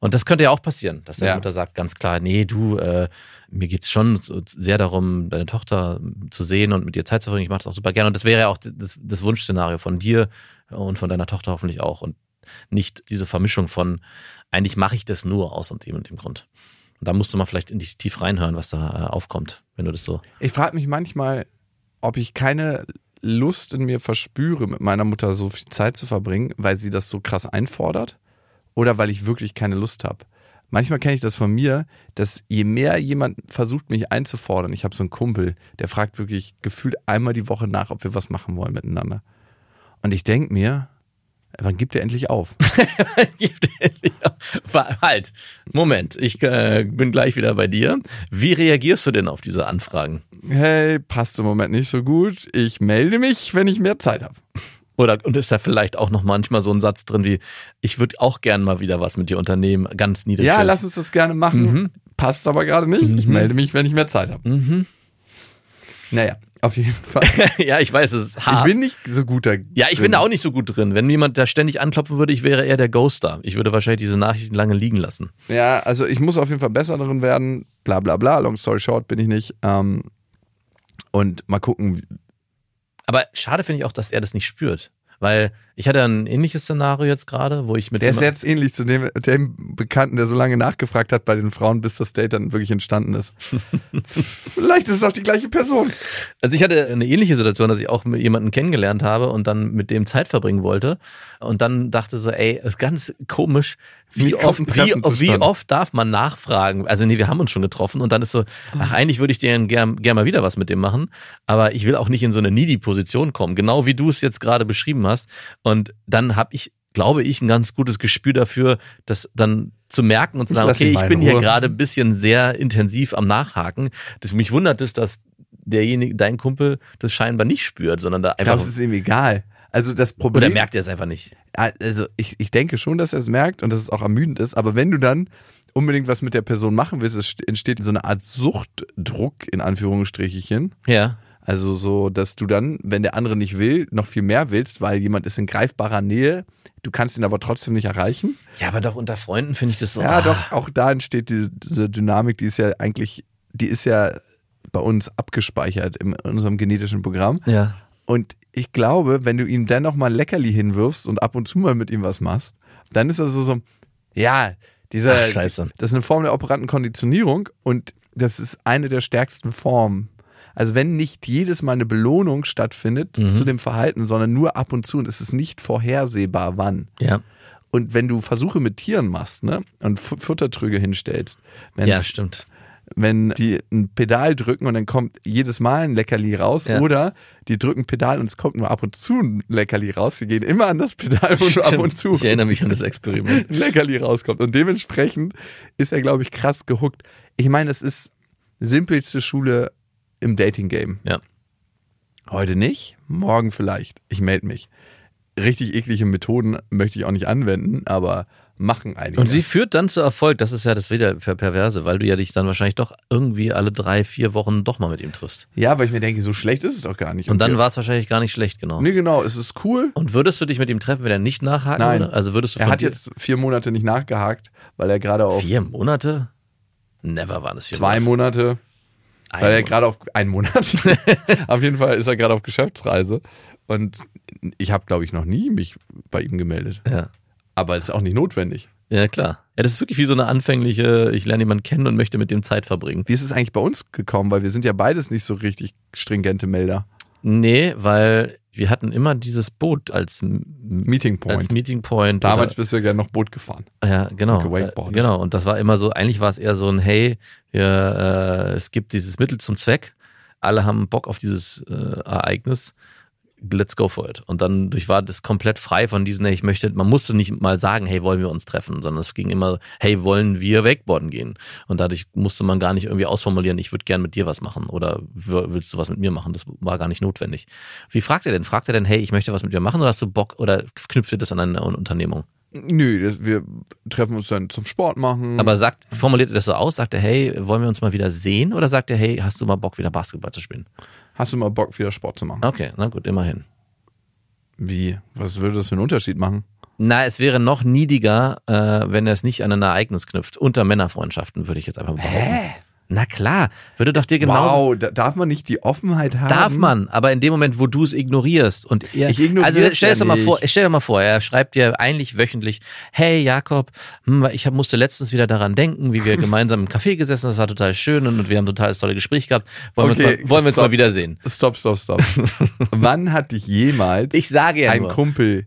Und das könnte ja auch passieren, dass deine Ja. Mutter sagt ganz klar, nee, du, äh, mir geht's schon so sehr darum, deine Tochter zu sehen und mit ihr Zeit zu verbringen. Ich mache das auch super gerne. Und das wäre ja auch das, das Wunschszenario von dir und von deiner Tochter hoffentlich auch. Und nicht diese Vermischung von, eigentlich mache ich das nur aus und dem und dem Grund. Und da musst du mal vielleicht in dich tief reinhören, was da äh, aufkommt, wenn du das [LAUGHS] so. Ich frage mich manchmal, ob ich keine Lust in mir verspüre, mit meiner Mutter so viel Zeit zu verbringen, weil sie das so krass einfordert oder weil ich wirklich keine Lust habe. Manchmal kenne ich das von mir, dass je mehr jemand versucht, mich einzufordern, ich habe so einen Kumpel, der fragt wirklich gefühlt einmal die Woche nach, ob wir was machen wollen miteinander. Und ich denke mir, wann gibt er endlich auf? Wa- halt, Moment, ich äh, bin gleich wieder bei dir. Wie reagierst du denn auf diese Anfragen? hey, passt im Moment nicht so gut, ich melde mich, wenn ich mehr Zeit habe. Oder und ist da vielleicht auch noch manchmal so ein Satz drin wie, ich würde auch gern mal wieder was mit dir unternehmen, ganz niedrig. Ja, lass uns das gerne machen. Mhm. Passt aber gerade nicht. Ich melde mich, wenn ich mehr Zeit habe. Naja, auf jeden Fall. [LAUGHS] [LAUGHS] ja, ich weiß, es ist Ich hart. bin nicht so guter. ja, ich bin da auch nicht so gut drin. Wenn mir jemand da ständig anklopfen würde, ich wäre eher der Ghoster. Ich würde wahrscheinlich diese Nachrichten lange liegen lassen. Ja, also ich muss auf jeden Fall besser darin werden. Bla bla bla. Long story short bin ich nicht. Ähm, und mal gucken. Aber schade finde ich auch, dass er das nicht spürt. Weil ich hatte ein ähnliches Szenario jetzt gerade, wo ich mit Der ist jemand- jetzt ähnlich zu dem, dem Bekannten, der so lange nachgefragt hat bei den Frauen, bis das Date dann wirklich entstanden ist. [LAUGHS] Vielleicht ist es auch die gleiche Person. Also ich hatte eine ähnliche Situation, dass ich auch mit jemanden kennengelernt habe und dann mit dem Zeit verbringen wollte und dann dachte so, ey, ist ganz komisch, wie, Wie kommt oft ein wie, Treffen wie zustande? oft darf man nachfragen? Also nee, wir haben uns schon getroffen und dann ist so, Hm. ach eigentlich würde ich dir gern, gern mal wieder was mit dem machen, aber ich will auch nicht in so eine needy Position kommen, genau wie du es jetzt gerade beschrieben hast und dann habe ich glaube ich ein ganz gutes Gespür dafür, das dann zu merken und zu Ich sagen, lass okay, ihn ich mal in bin hier Ruhe. gerade gerade ein bisschen sehr intensiv am Nachhaken. Das mich wundert es, dass derjenige, dein Kumpel, das scheinbar nicht spürt, sondern da Ich einfach. glaube, es ist ihm egal. Also das Problem. oder merkt er es einfach nicht. also ich, ich denke schon, dass er es merkt und dass es auch ermüdend ist, aber wenn du dann unbedingt was mit der Person machen willst, es st- entsteht so eine Art Suchtdruck in Anführungsstrichchen. Ja. Also so, dass du dann, wenn der andere nicht will, noch viel mehr willst, weil jemand ist in greifbarer Nähe, du kannst ihn aber trotzdem nicht erreichen. Ja, aber doch unter Freunden finde ich das so. Ja, ah, doch, auch da entsteht diese, diese Dynamik, die ist ja eigentlich, die ist ja bei uns abgespeichert in unserem genetischen Programm. Ja. Und ich glaube, wenn du ihm dann noch mal ein Leckerli hinwirfst und ab und zu mal mit ihm was machst, dann ist er so, so ja, dieser, Ach, scheiße. das ist eine Form der operanten Konditionierung und das ist eine der stärksten Formen. Also wenn nicht jedes Mal eine Belohnung stattfindet Mhm. zu dem Verhalten, sondern nur ab und zu und es ist nicht vorhersehbar, wann. Ja. Und wenn du Versuche mit Tieren machst, ne, und Fu- Futtertrüge hinstellst, wenn's- Ja, [LAUGHS] stimmt. wenn die ein Pedal drücken und dann kommt jedes Mal ein Leckerli raus Ja. oder die drücken Pedal und es kommt nur ab und zu ein Leckerli raus, die gehen immer an das Pedal, wo nur ab und zu Ich erinnere mich an das Experiment. ein Leckerli rauskommt und dementsprechend ist er, glaube ich, krass gehuckt. Ich meine, das ist simpelste Schule im Dating-Game. Ja. Heute nicht, morgen vielleicht. Ich melde mich. Richtig eklige Methoden möchte ich auch nicht anwenden, aber machen einige. [LAUGHS] Und sie führt dann zu Erfolg. Das ist ja das wieder per- perverse, weil du ja dich dann wahrscheinlich doch irgendwie alle drei, vier Wochen doch mal mit ihm triffst. ja, weil ich mir denke, so schlecht ist es auch gar nicht. Und dann wir- war es wahrscheinlich gar nicht schlecht, genau. Nee, genau, es ist cool. Und würdest du dich mit ihm treffen, wenn er nicht nachhaken Nein. würde? Also würdest du Er von hat dir- jetzt vier Monate nicht nachgehakt, weil er gerade auf vier Monate? Never waren es vier zwei Monate. Monate, Ein weil er Monat. gerade auf einen [LAUGHS] Monat. auf jeden Fall ist er gerade auf Geschäftsreise und ich habe, glaube ich, noch nie mich bei ihm gemeldet. Ja. Aber es ist auch nicht notwendig. Ja, klar. Ja, das ist wirklich wie so eine anfängliche, ich lerne jemanden kennen und möchte mit dem Zeit verbringen. Wie ist es eigentlich bei uns gekommen? Weil wir sind ja beides nicht so richtig stringente Melder. Nee, weil wir hatten immer dieses Boot als, M- Meeting Point. als Meeting Point. Damals bist du ja noch Boot gefahren. oder, ja, genau. gewakeboardet. Genau. Und das war immer so, eigentlich war es eher so ein, hey, wir, äh, es gibt dieses Mittel zum Zweck. Alle haben Bock auf dieses äh, Ereignis. Let's go for it. Und dann durch war das komplett frei von diesen, hey, ich möchte, man musste nicht mal sagen, hey, wollen wir uns treffen, sondern es ging immer, hey, wollen wir wakeboarden gehen? Und dadurch musste man gar nicht irgendwie ausformulieren, ich würde gern mit dir was machen oder w- willst du was mit mir machen? Das war gar nicht notwendig. Wie fragt er denn? Fragt er denn, hey, ich möchte was mit dir machen oder hast du Bock oder knüpft ihr das an eine Unternehmung? Nö, das, wir treffen uns dann zum Sport machen. Aber sagt, formuliert er das so aus? Sagt er, hey, wollen wir uns mal wieder sehen? Oder sagt er, hey, hast du mal Bock, wieder Basketball zu spielen? hast du mal Bock, wieder Sport zu machen? Okay, na gut, immerhin. Wie? Was würde das für einen Unterschied machen? Na, es wäre noch niediger, äh, wenn er es nicht an ein Ereignis knüpft. Unter Männerfreundschaften, würde ich jetzt einfach behaupten. Na klar, würde doch dir genauso. Wow, da darf man nicht die Offenheit haben? Darf man, aber in dem Moment, wo du es ignorierst und er, Ich ignoriere also es stell ja dir mal nicht. vor, stell dir mal vor, er schreibt dir eigentlich wöchentlich, hey Jakob, hm, ich hab, musste letztens wieder daran denken, [LAUGHS] wie wir gemeinsam im Café gesessen, das war total schön und wir haben total das tolle Gespräch gehabt, wollen wir uns Okay, mal, wollen wir uns stopp. mal wiedersehen. Stopp, stopp, [LAUGHS] stopp. Wann hat dich jemals Ich sage ja ein nur. Kumpel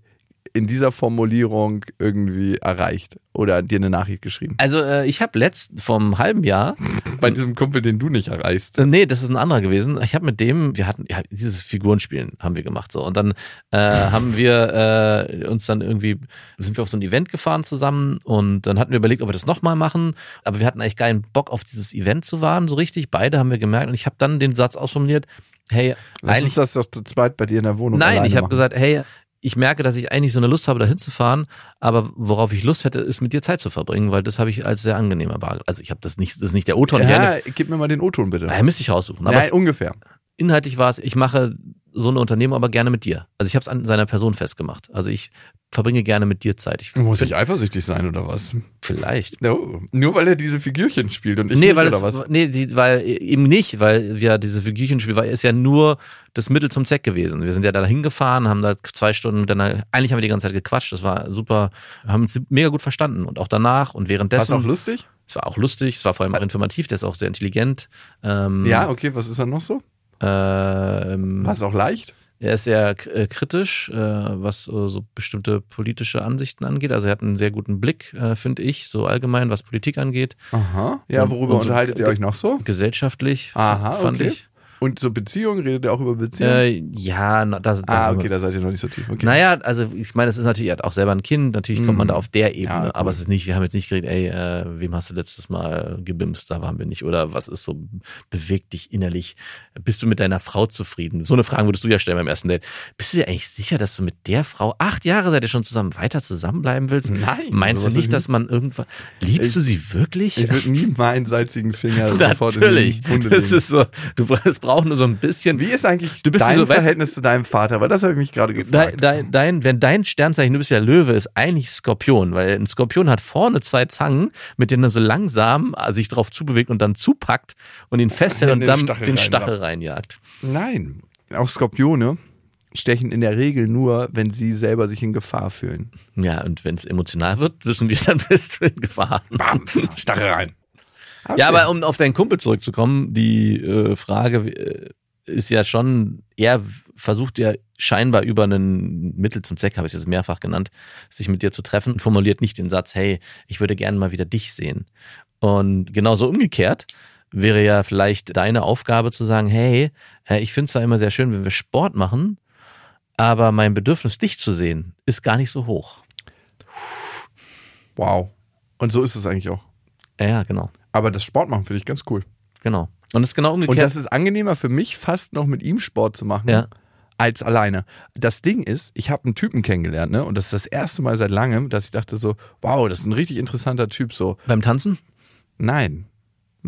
in dieser Formulierung irgendwie erreicht oder dir eine Nachricht geschrieben? Also äh, ich habe letzt vom halben Jahr, Bei diesem Kumpel, den du nicht erreichst. äh, nee, das ist ein anderer gewesen. Ich habe mit dem, wir hatten ja, dieses Figurenspielen haben wir gemacht so und dann [LAUGHS] äh, haben wir äh, uns dann irgendwie sind wir auf so ein Event gefahren zusammen und dann hatten wir überlegt, ob wir das nochmal machen. Aber wir hatten eigentlich keinen Bock auf dieses Event zu fahren so richtig. Beide haben wir gemerkt und ich habe dann den Satz ausformuliert: Hey, Lass eigentlich uns das doch zu zweit bei dir in der Wohnung Nein, alleine ich habe machen. gesagt, hey, ich merke, dass ich eigentlich so eine Lust habe, da hinzufahren, aber worauf ich Lust hätte, ist mit dir Zeit zu verbringen, weil das habe ich als sehr angenehm erwartet. Also ich habe das nicht, das ist nicht der O-Ton. ich erinnere- ja, gib mir mal den O-Ton bitte. Naja, müsste ich raussuchen. Aber Nein, um es, ungefähr. inhaltlich war es, ich mache so eine Unternehmung aber gerne mit dir. Also ich habe es an seiner Person festgemacht. Also ich verbringe gerne mit dir [LAUGHS] Zeit. Ich, Muss ich eifersüchtig sein oder was? vielleicht. No. Nur weil er diese Figürchen spielt und ich nee, nicht, weil oder es, was? nee, die, weil äh, eben nicht, weil ja diese Figürchenspiel war, ist ja nur das Mittel zum Zweck gewesen. Wir sind ja da hingefahren, haben da zwei Stunden miteinander, eigentlich haben wir die ganze Zeit gequatscht, das war super, haben uns mega gut verstanden und auch danach und War's auch währenddessen, lustig? es war auch lustig, es war vor allem auch informativ, der ist auch sehr intelligent. Ähm, Ja, okay, was ist dann noch so? Ähm, War es auch leicht? Er ist sehr k- äh, kritisch, äh, was äh, so bestimmte politische Ansichten angeht. Also er hat einen sehr guten Blick, äh, finde ich, so allgemein, was Politik angeht. Aha. Ja, Und- worüber und so- unterhaltet ihr euch noch so? Gesellschaftlich f- Aha, fand okay. ich. Und so Beziehungen, redet ihr auch über Beziehungen? Äh, ja, na, das, ah, okay, da seid ihr noch nicht so tief. Okay. Naja, also ich meine, es ist natürlich, er hat auch selber ein Kind, natürlich kommt man da auf der Ebene, Mhm. Ja, cool. aber es ist nicht, wir haben jetzt nicht geredet, ey, äh, wem hast du letztes Mal gebimst, da waren wir nicht, oder was ist so, bewegt dich innerlich, bist du mit deiner Frau zufrieden? So eine Frage würdest du ja stellen beim ersten Date. Bist du dir eigentlich sicher, dass du mit der Frau, acht Jahre seid ihr schon zusammen, weiter zusammenbleiben willst? Nein, Meinst du sowas nicht, nicht. dass man irgendwann, liebst Ich- du sie wirklich? [LAUGHS] Ich würde nie meinen salzigen Finger sofort in Natürlich. die Wunde Das legen. ist so, du, bra- es braucht nur so ein bisschen. Wie ist eigentlich Du bist wie dein so, weißt- Verhältnis zu deinem Vater? Weil das habe ich mich gerade Dein, gefragt. dein, dein, wenn dein Sternzeichen, du bist ja Löwe, ist eigentlich Skorpion, weil ein Skorpion hat vorne zwei Zangen, mit denen er so langsam äh, sich drauf zubewegt und dann zupackt und ihn festhält Und und den dann Stachel den reinjagt. Stachel reinjagt. Nein, auch Skorpione stechen in der Regel nur, wenn sie selber sich in Gefahr fühlen. Ja, und wenn es emotional wird, wissen wir, [LAUGHS] dann bist du in Gefahr. [LAUGHS] Bam, Stachel rein. Ja, aber um auf deinen Kumpel zurückzukommen, die äh, Frage äh, ist ja schon, er w- versucht ja scheinbar über einen Mittel zum Zweck, habe ich es jetzt mehrfach genannt, sich mit dir zu treffen und formuliert nicht den Satz, hey, ich würde gerne mal wieder dich sehen. Und genauso umgekehrt wäre ja vielleicht deine Aufgabe zu sagen, hey, äh, ich finde zwar immer sehr schön, wenn wir Sport machen, aber mein Bedürfnis, dich zu sehen, ist gar nicht so hoch. Wow. Und so ist es eigentlich auch. Ja, Ja, genau, Aber das Sport machen finde ich ganz cool. genau. Und es ist genau umgekehrt. Und das ist angenehmer für mich, fast noch mit ihm Sport zu machen, Ja. als alleine. Das Ding ist, ich habe einen Typen kennengelernt, ne? Und das ist das erste Mal seit langem, dass ich dachte so, wow, das ist ein richtig interessanter Typ. So, beim Tanzen? nein.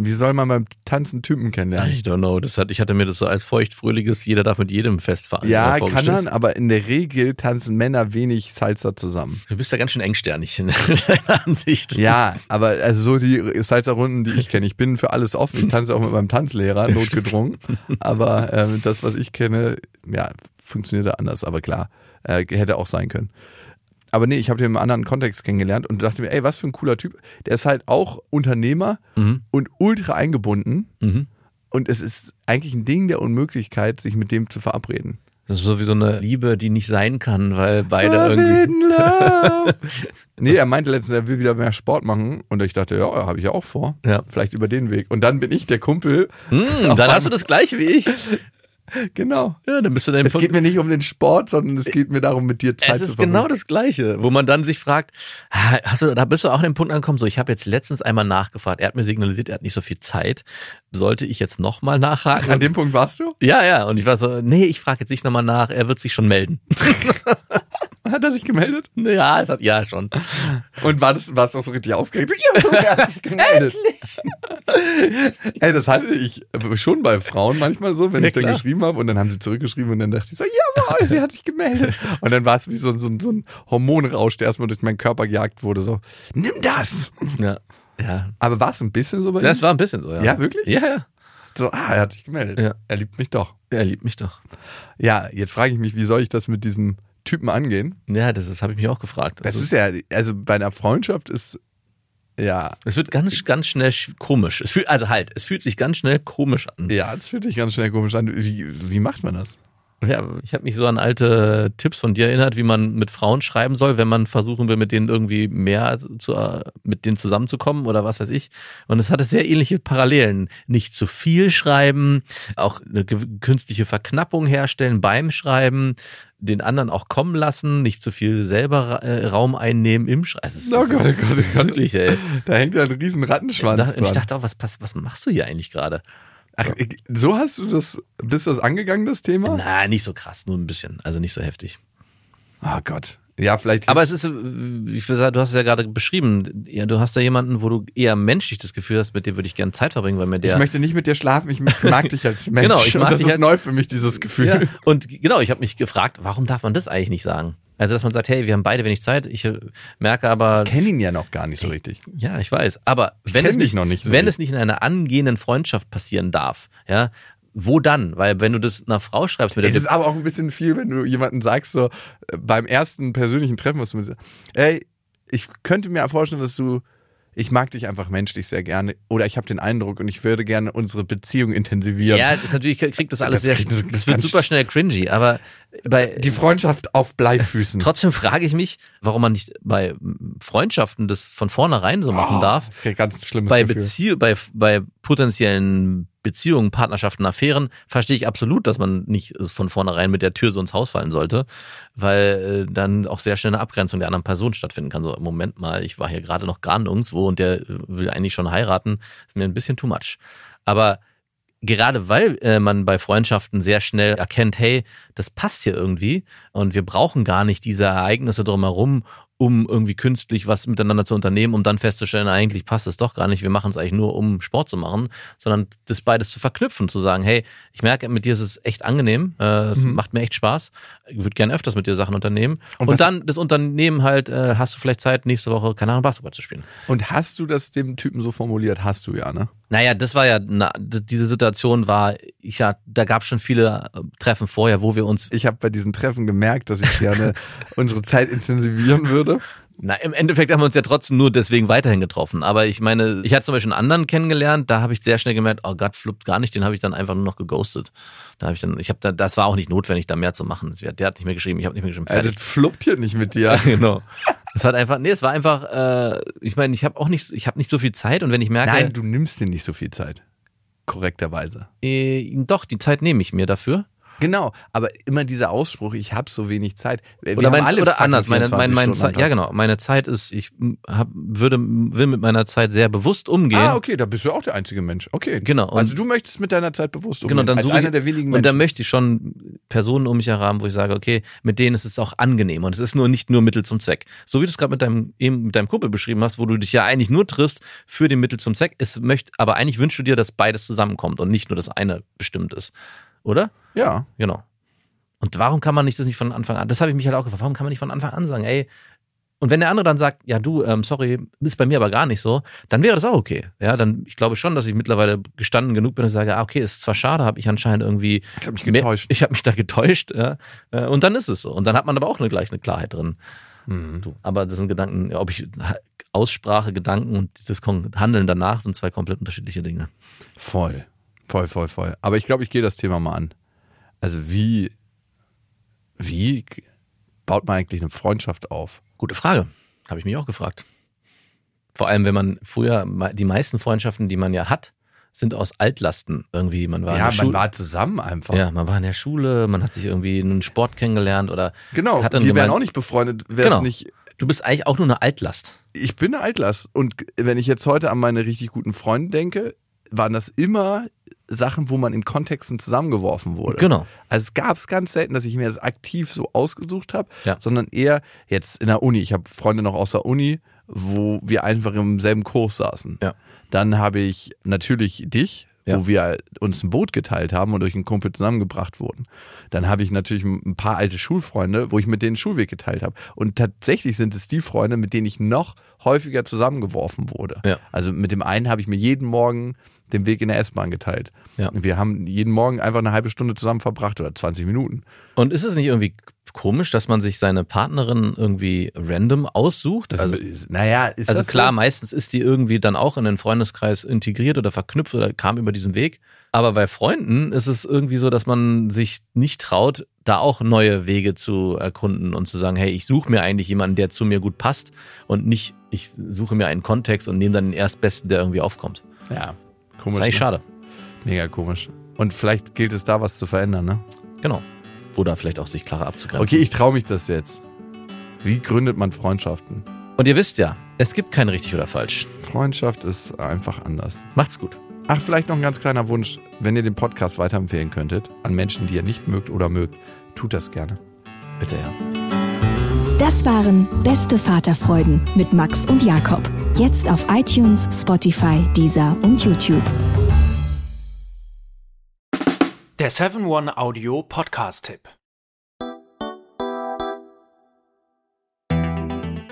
Wie soll man beim Tanzen Typen kennenlernen? I don't know. Das hat, ich hatte mir das so als feuchtfröhliches, jeder darf mit jedem Fest veranstalten. äh, Ja, kann man, aber in der Regel tanzen Männer wenig Salsa zusammen. Du bist ja ganz schön engsternig in [LAUGHS] deiner Ansicht. Ja, aber also so die Salsa-Runden, die ich kenne. Ich bin für alles offen. Ich tanze auch mit meinem Tanzlehrer, notgedrungen. Aber ähm, das, was ich kenne, ja, funktionierte anders. Aber klar, äh, hätte auch sein können. Aber nee, ich habe den im anderen Kontext kennengelernt und dachte mir, ey, was für ein cooler Typ. Der ist halt auch Unternehmer und ultra eingebunden. Und es ist eigentlich ein Ding der Unmöglichkeit, sich mit dem zu verabreden. Das ist so wie so eine Liebe, die nicht sein kann, weil beide irgendwie. Forbidden Love. [LAUGHS] nee, er meinte letztens, er will wieder mehr Sport machen. Und ich dachte, ja, habe ich ja auch vor. Ja. Vielleicht über den Weg. Und dann bin ich der Kumpel. Hm, dann hast du das gleiche wie ich. Genau. Ja, dann bist du dann Es geht mir nicht um den Sport, sondern es geht mir darum, mit dir Zeit Es zu ist verbringen. genau das Gleiche, wo man dann sich fragt, ah, hast du, da bist du auch an dem Punkt angekommen, so ich habe jetzt letztens einmal nachgefragt, er hat mir signalisiert, er hat nicht so viel Zeit. Sollte ich jetzt nochmal nachhaken? An dem Punkt warst du? ja, ja, und ich war so, nee, ich frage jetzt nicht nochmal nach, er wird sich schon melden. [LAUGHS] Hat er sich gemeldet? ja, es hat, ja, schon. Und war das, warst du auch so richtig aufgeregt? Ja, er hat [LAUGHS] sich gemeldet. [LAUGHS] Ey, das hatte ich schon bei Frauen manchmal so, wenn Ja, ich dann klar. geschrieben habe und dann haben sie zurückgeschrieben und dann dachte ich so, jawohl, sie hat sich [LAUGHS] gemeldet. Und dann war es wie so, so, so ein Hormonrausch, der erstmal durch meinen Körper gejagt wurde, so, nimm das! Ja. Ja. Aber war es ein bisschen so bei Das ihm? war ein bisschen so, ja. Ja, wirklich? Ja, ja. So, ah, er hat sich gemeldet. Ja. Er liebt mich doch. Er liebt mich doch. Ja, jetzt frage ich mich, wie soll ich das mit diesem Typen angehen? Ja, das, das habe ich mich auch gefragt. Das Also, ist ja, also bei einer Freundschaft ist, ja, es wird ganz, ganz schnell sch- komisch. Es fühlt, also halt, es fühlt sich ganz schnell komisch an. ja, das fühlt sich ganz schnell komisch an. Wie, wie macht man das? Ja, ich habe mich so an alte Tipps von dir erinnert, wie man mit Frauen schreiben soll, wenn man versuchen will, mit denen irgendwie mehr zu, äh, mit denen zusammenzukommen oder was weiß ich. Und es hatte sehr ähnliche Parallelen. Nicht zu viel schreiben, auch eine gew- künstliche Verknappung herstellen beim Schreiben, den anderen auch kommen lassen, nicht zu viel selber äh, Raum einnehmen im Schreiben. Also, es Oh ist- Gott, oh Gott, oh es ist Gott. Wirklich, ey. Da hängt ja ein riesen Ich Rattenschwanz dachte, ich dran. dachte auch, was, pass- was machst du hier eigentlich gerade? Ach, so hast du das, bist du das angegangen, das Thema? Na, nicht so krass, nur ein bisschen. Also nicht so heftig. Oh Gott. Ja, vielleicht. Aber es ist, äh, wie gesagt, du hast es ja gerade beschrieben, ja, du hast da jemanden, wo du eher menschlich das Gefühl hast, mit dem würde ich gerne Zeit verbringen, weil mir ich der. möchte nicht mit dir schlafen, ich mag dich [LAUGHS] als Mensch. Genau, ich mag Und das dich ist als- neu für mich, dieses Gefühl. [LAUGHS] ja. Und genau, ich habe mich gefragt, warum darf man das eigentlich nicht sagen? Also, dass man sagt, hey, wir haben beide wenig Zeit, ich äh, merke aber. Ich kenne ihn ja noch gar nicht so richtig. Ja, ich weiß. Aber wenn kenn es dich nicht, noch nicht so wenn gut. es nicht in einer angehenden Freundschaft passieren darf, ja, wo dann? Weil wenn du das einer Frau schreibst, mit der Es ist du, aber auch ein bisschen viel, wenn du jemanden sagst, so äh, beim ersten persönlichen Treffen, was du mit, ey, ich könnte mir vorstellen, dass du, ich mag dich einfach menschlich sehr gerne oder ich habe den Eindruck und ich würde gerne unsere Beziehung intensivieren. ja, das ist natürlich kriegt das Das alles sehr, kriegt- das das wird ganz- super schnell cringy. Aber bei Die Freundschaft auf Bleifüßen. Trotzdem frage ich mich, warum man nicht bei Freundschaften das von vornherein so machen Oh, darf. das ist ein ganz schlimmes Bei, Gefühl. Bezieh bei, bei potenziellen Beziehungen, Partnerschaften, Affären verstehe ich absolut, dass man nicht von vornherein mit der Tür so ins Haus fallen sollte, weil äh, dann auch sehr schnell eine Abgrenzung der anderen Person stattfinden kann. So, Moment mal, ich war hier gerade noch gar nirgendwo und der äh, will eigentlich schon heiraten, ist mir ein bisschen too much. Aber gerade weil äh, man bei Freundschaften sehr schnell erkennt, hey, das passt hier irgendwie und wir brauchen gar nicht diese Ereignisse drumherum, um irgendwie künstlich was miteinander zu unternehmen, um dann festzustellen, eigentlich passt es doch gar nicht, wir machen es eigentlich nur, um Sport zu machen, sondern das beides zu verknüpfen, zu sagen, hey, ich merke, mit dir ist es echt angenehm, äh, es macht mir echt Spaß, ich würde gerne öfters mit dir Sachen unternehmen. Und Und, was- dann das Unternehmen halt, äh, hast du vielleicht Zeit, nächste Woche, keine Ahnung, Basketball zu spielen. Und hast du das dem Typen so formuliert? Hast du ja, ne? Naja, das war ja, na, d- diese Situation war, ich ja, da gab schon viele äh, Treffen vorher, wo wir uns, Ich habe bei diesen Treffen gemerkt, dass ich [LAUGHS] gerne unsere Zeit intensivieren würde. na, im Endeffekt haben wir uns ja trotzdem nur deswegen weiterhin getroffen. Aber ich meine, ich hatte zum Beispiel einen anderen kennengelernt, da habe ich sehr schnell gemerkt, oh Gott, fluppt gar nicht, den habe ich dann einfach nur noch geghostet. Da habe ich dann, ich habe da, das war auch nicht notwendig, da mehr zu machen. Der hat nicht mehr geschrieben, ich habe nicht mehr geschrieben. Äh, Fertig. das fluppt hier nicht mit dir. Ja, [LAUGHS] genau. Es hat einfach, nee, es war einfach, äh, ich meine, ich habe auch nicht, ich habe nicht so viel Zeit und wenn ich merke, [LAUGHS] Nein, du nimmst dir nicht so viel Zeit. Korrekterweise. äh, doch, die Zeit nehme ich mir dafür. Genau, aber immer dieser Ausspruch, ich habe so wenig Zeit. Wir oder haben mein, alle oder fucking anders, meine, meine, 24 meine Stunden am Zeit, ja Tag. genau, meine Zeit ist, ich m, hab, würde, will mit meiner Zeit sehr bewusst umgehen. Ah, okay, da bist du auch der einzige Mensch. Okay. Genau, und- Also du möchtest mit deiner Zeit bewusst umgehen. Genau, dann als suche ich- einer der wenigen Und Menschen. dann möchte ich schon Personen um mich herum haben, wo ich sage, okay, mit denen ist es auch angenehm und es ist nur nicht nur Mittel zum Zweck. So wie du es gerade mit deinem eben mit deinem Kumpel beschrieben hast, wo du dich ja eigentlich nur triffst für den Mittel zum Zweck. Es möchte, aber eigentlich wünschst du dir, dass beides zusammenkommt und nicht nur das eine bestimmt ist, oder? ja. Genau. Und warum kann man nicht das nicht von Anfang an? Das habe ich mich halt auch gefragt. Warum kann man nicht von Anfang an sagen, ey? Und wenn der andere dann sagt, ja du, ähm, sorry, ist bei mir aber gar nicht so, dann wäre das auch okay. Ja, dann ich glaube schon, dass ich mittlerweile gestanden genug bin und sage, ah okay, ist zwar schade, habe ich anscheinend irgendwie Ich habe mich mehr- getäuscht. ich habe mich da getäuscht. Ja, Äh, und dann ist es so. Und dann hat man aber auch eine gleich eine Klarheit drin. Mhm. Du, aber das sind Gedanken, ob ich Aussprache, Gedanken und dieses Kon- Handeln danach sind zwei komplett unterschiedliche Dinge. Voll. Voll, voll, voll. Aber ich glaube, ich gehe das Thema mal an. Also wie, wie baut man eigentlich eine Freundschaft auf? Gute Frage. Habe ich mich auch gefragt. Vor allem, wenn man früher, me- die meisten Freundschaften, die man ja hat, sind aus Altlasten irgendwie. Man war, in ja, der man Schule, war zusammen einfach. ja, man war in der Schule, man hat sich irgendwie in einen Sport kennengelernt oder Genau, hat dann wir wären gemeint, auch nicht befreundet, wäre Genau. es nicht du bist eigentlich auch nur eine Altlast. ich bin eine Altlast. Und wenn ich jetzt heute an meine richtig guten Freunde denke, waren das immer Sachen, wo man in Kontexten zusammengeworfen wurde. Genau. Also es gab es ganz selten, dass ich mir das aktiv so ausgesucht habe, Ja. sondern eher jetzt in der Uni. Ich habe Freunde noch aus der Uni, wo wir einfach im selben Kurs saßen. Ja. Dann habe ich natürlich dich, Ja. wo wir uns ein Boot geteilt haben und durch einen Kumpel zusammengebracht wurden. Dann habe ich natürlich ein paar alte Schulfreunde, wo ich mit denen Schulweg geteilt habe. Und tatsächlich sind es die Freunde, mit denen ich noch häufiger zusammengeworfen wurde. Ja. Also mit dem einen habe ich mir jeden Morgen den Weg in der S-Bahn geteilt. Ja. Wir haben jeden Morgen einfach eine halbe Stunde zusammen verbracht oder 20 Minuten. Und ist es nicht irgendwie komisch, dass man sich seine Partnerin irgendwie random aussucht? Das Also- ist, naja, ist Also das klar, so? meistens ist die irgendwie dann auch in den Freundeskreis integriert oder verknüpft oder kam über diesen Weg. Aber bei Freunden ist es irgendwie so, dass man sich nicht traut, da auch neue Wege zu erkunden und zu sagen, hey, ich suche mir eigentlich jemanden, der zu mir gut passt und nicht, ich suche mir einen Kontext und nehme dann den erstbesten, der irgendwie aufkommt. Ja, Das komisch. ist eigentlich ne? schade. Mega komisch. Und vielleicht gilt es da, was zu verändern, ne? Genau. Oder vielleicht auch sich klarer abzugrenzen. Okay, ich traue mich das jetzt. Wie gründet man Freundschaften? Und ihr wisst ja, es gibt kein richtig oder falsch. Freundschaft ist einfach anders. Macht's gut. Ach, vielleicht noch ein ganz kleiner Wunsch. Wenn ihr den Podcast weiterempfehlen könntet an Menschen, die ihr nicht mögt oder mögt, tut das gerne. Bitte, ja. Das waren Beste Vaterfreuden mit Max und Jakob. Jetzt auf iTunes, Spotify, Deezer und YouTube. Der 7-One Audio Podcast-Tipp.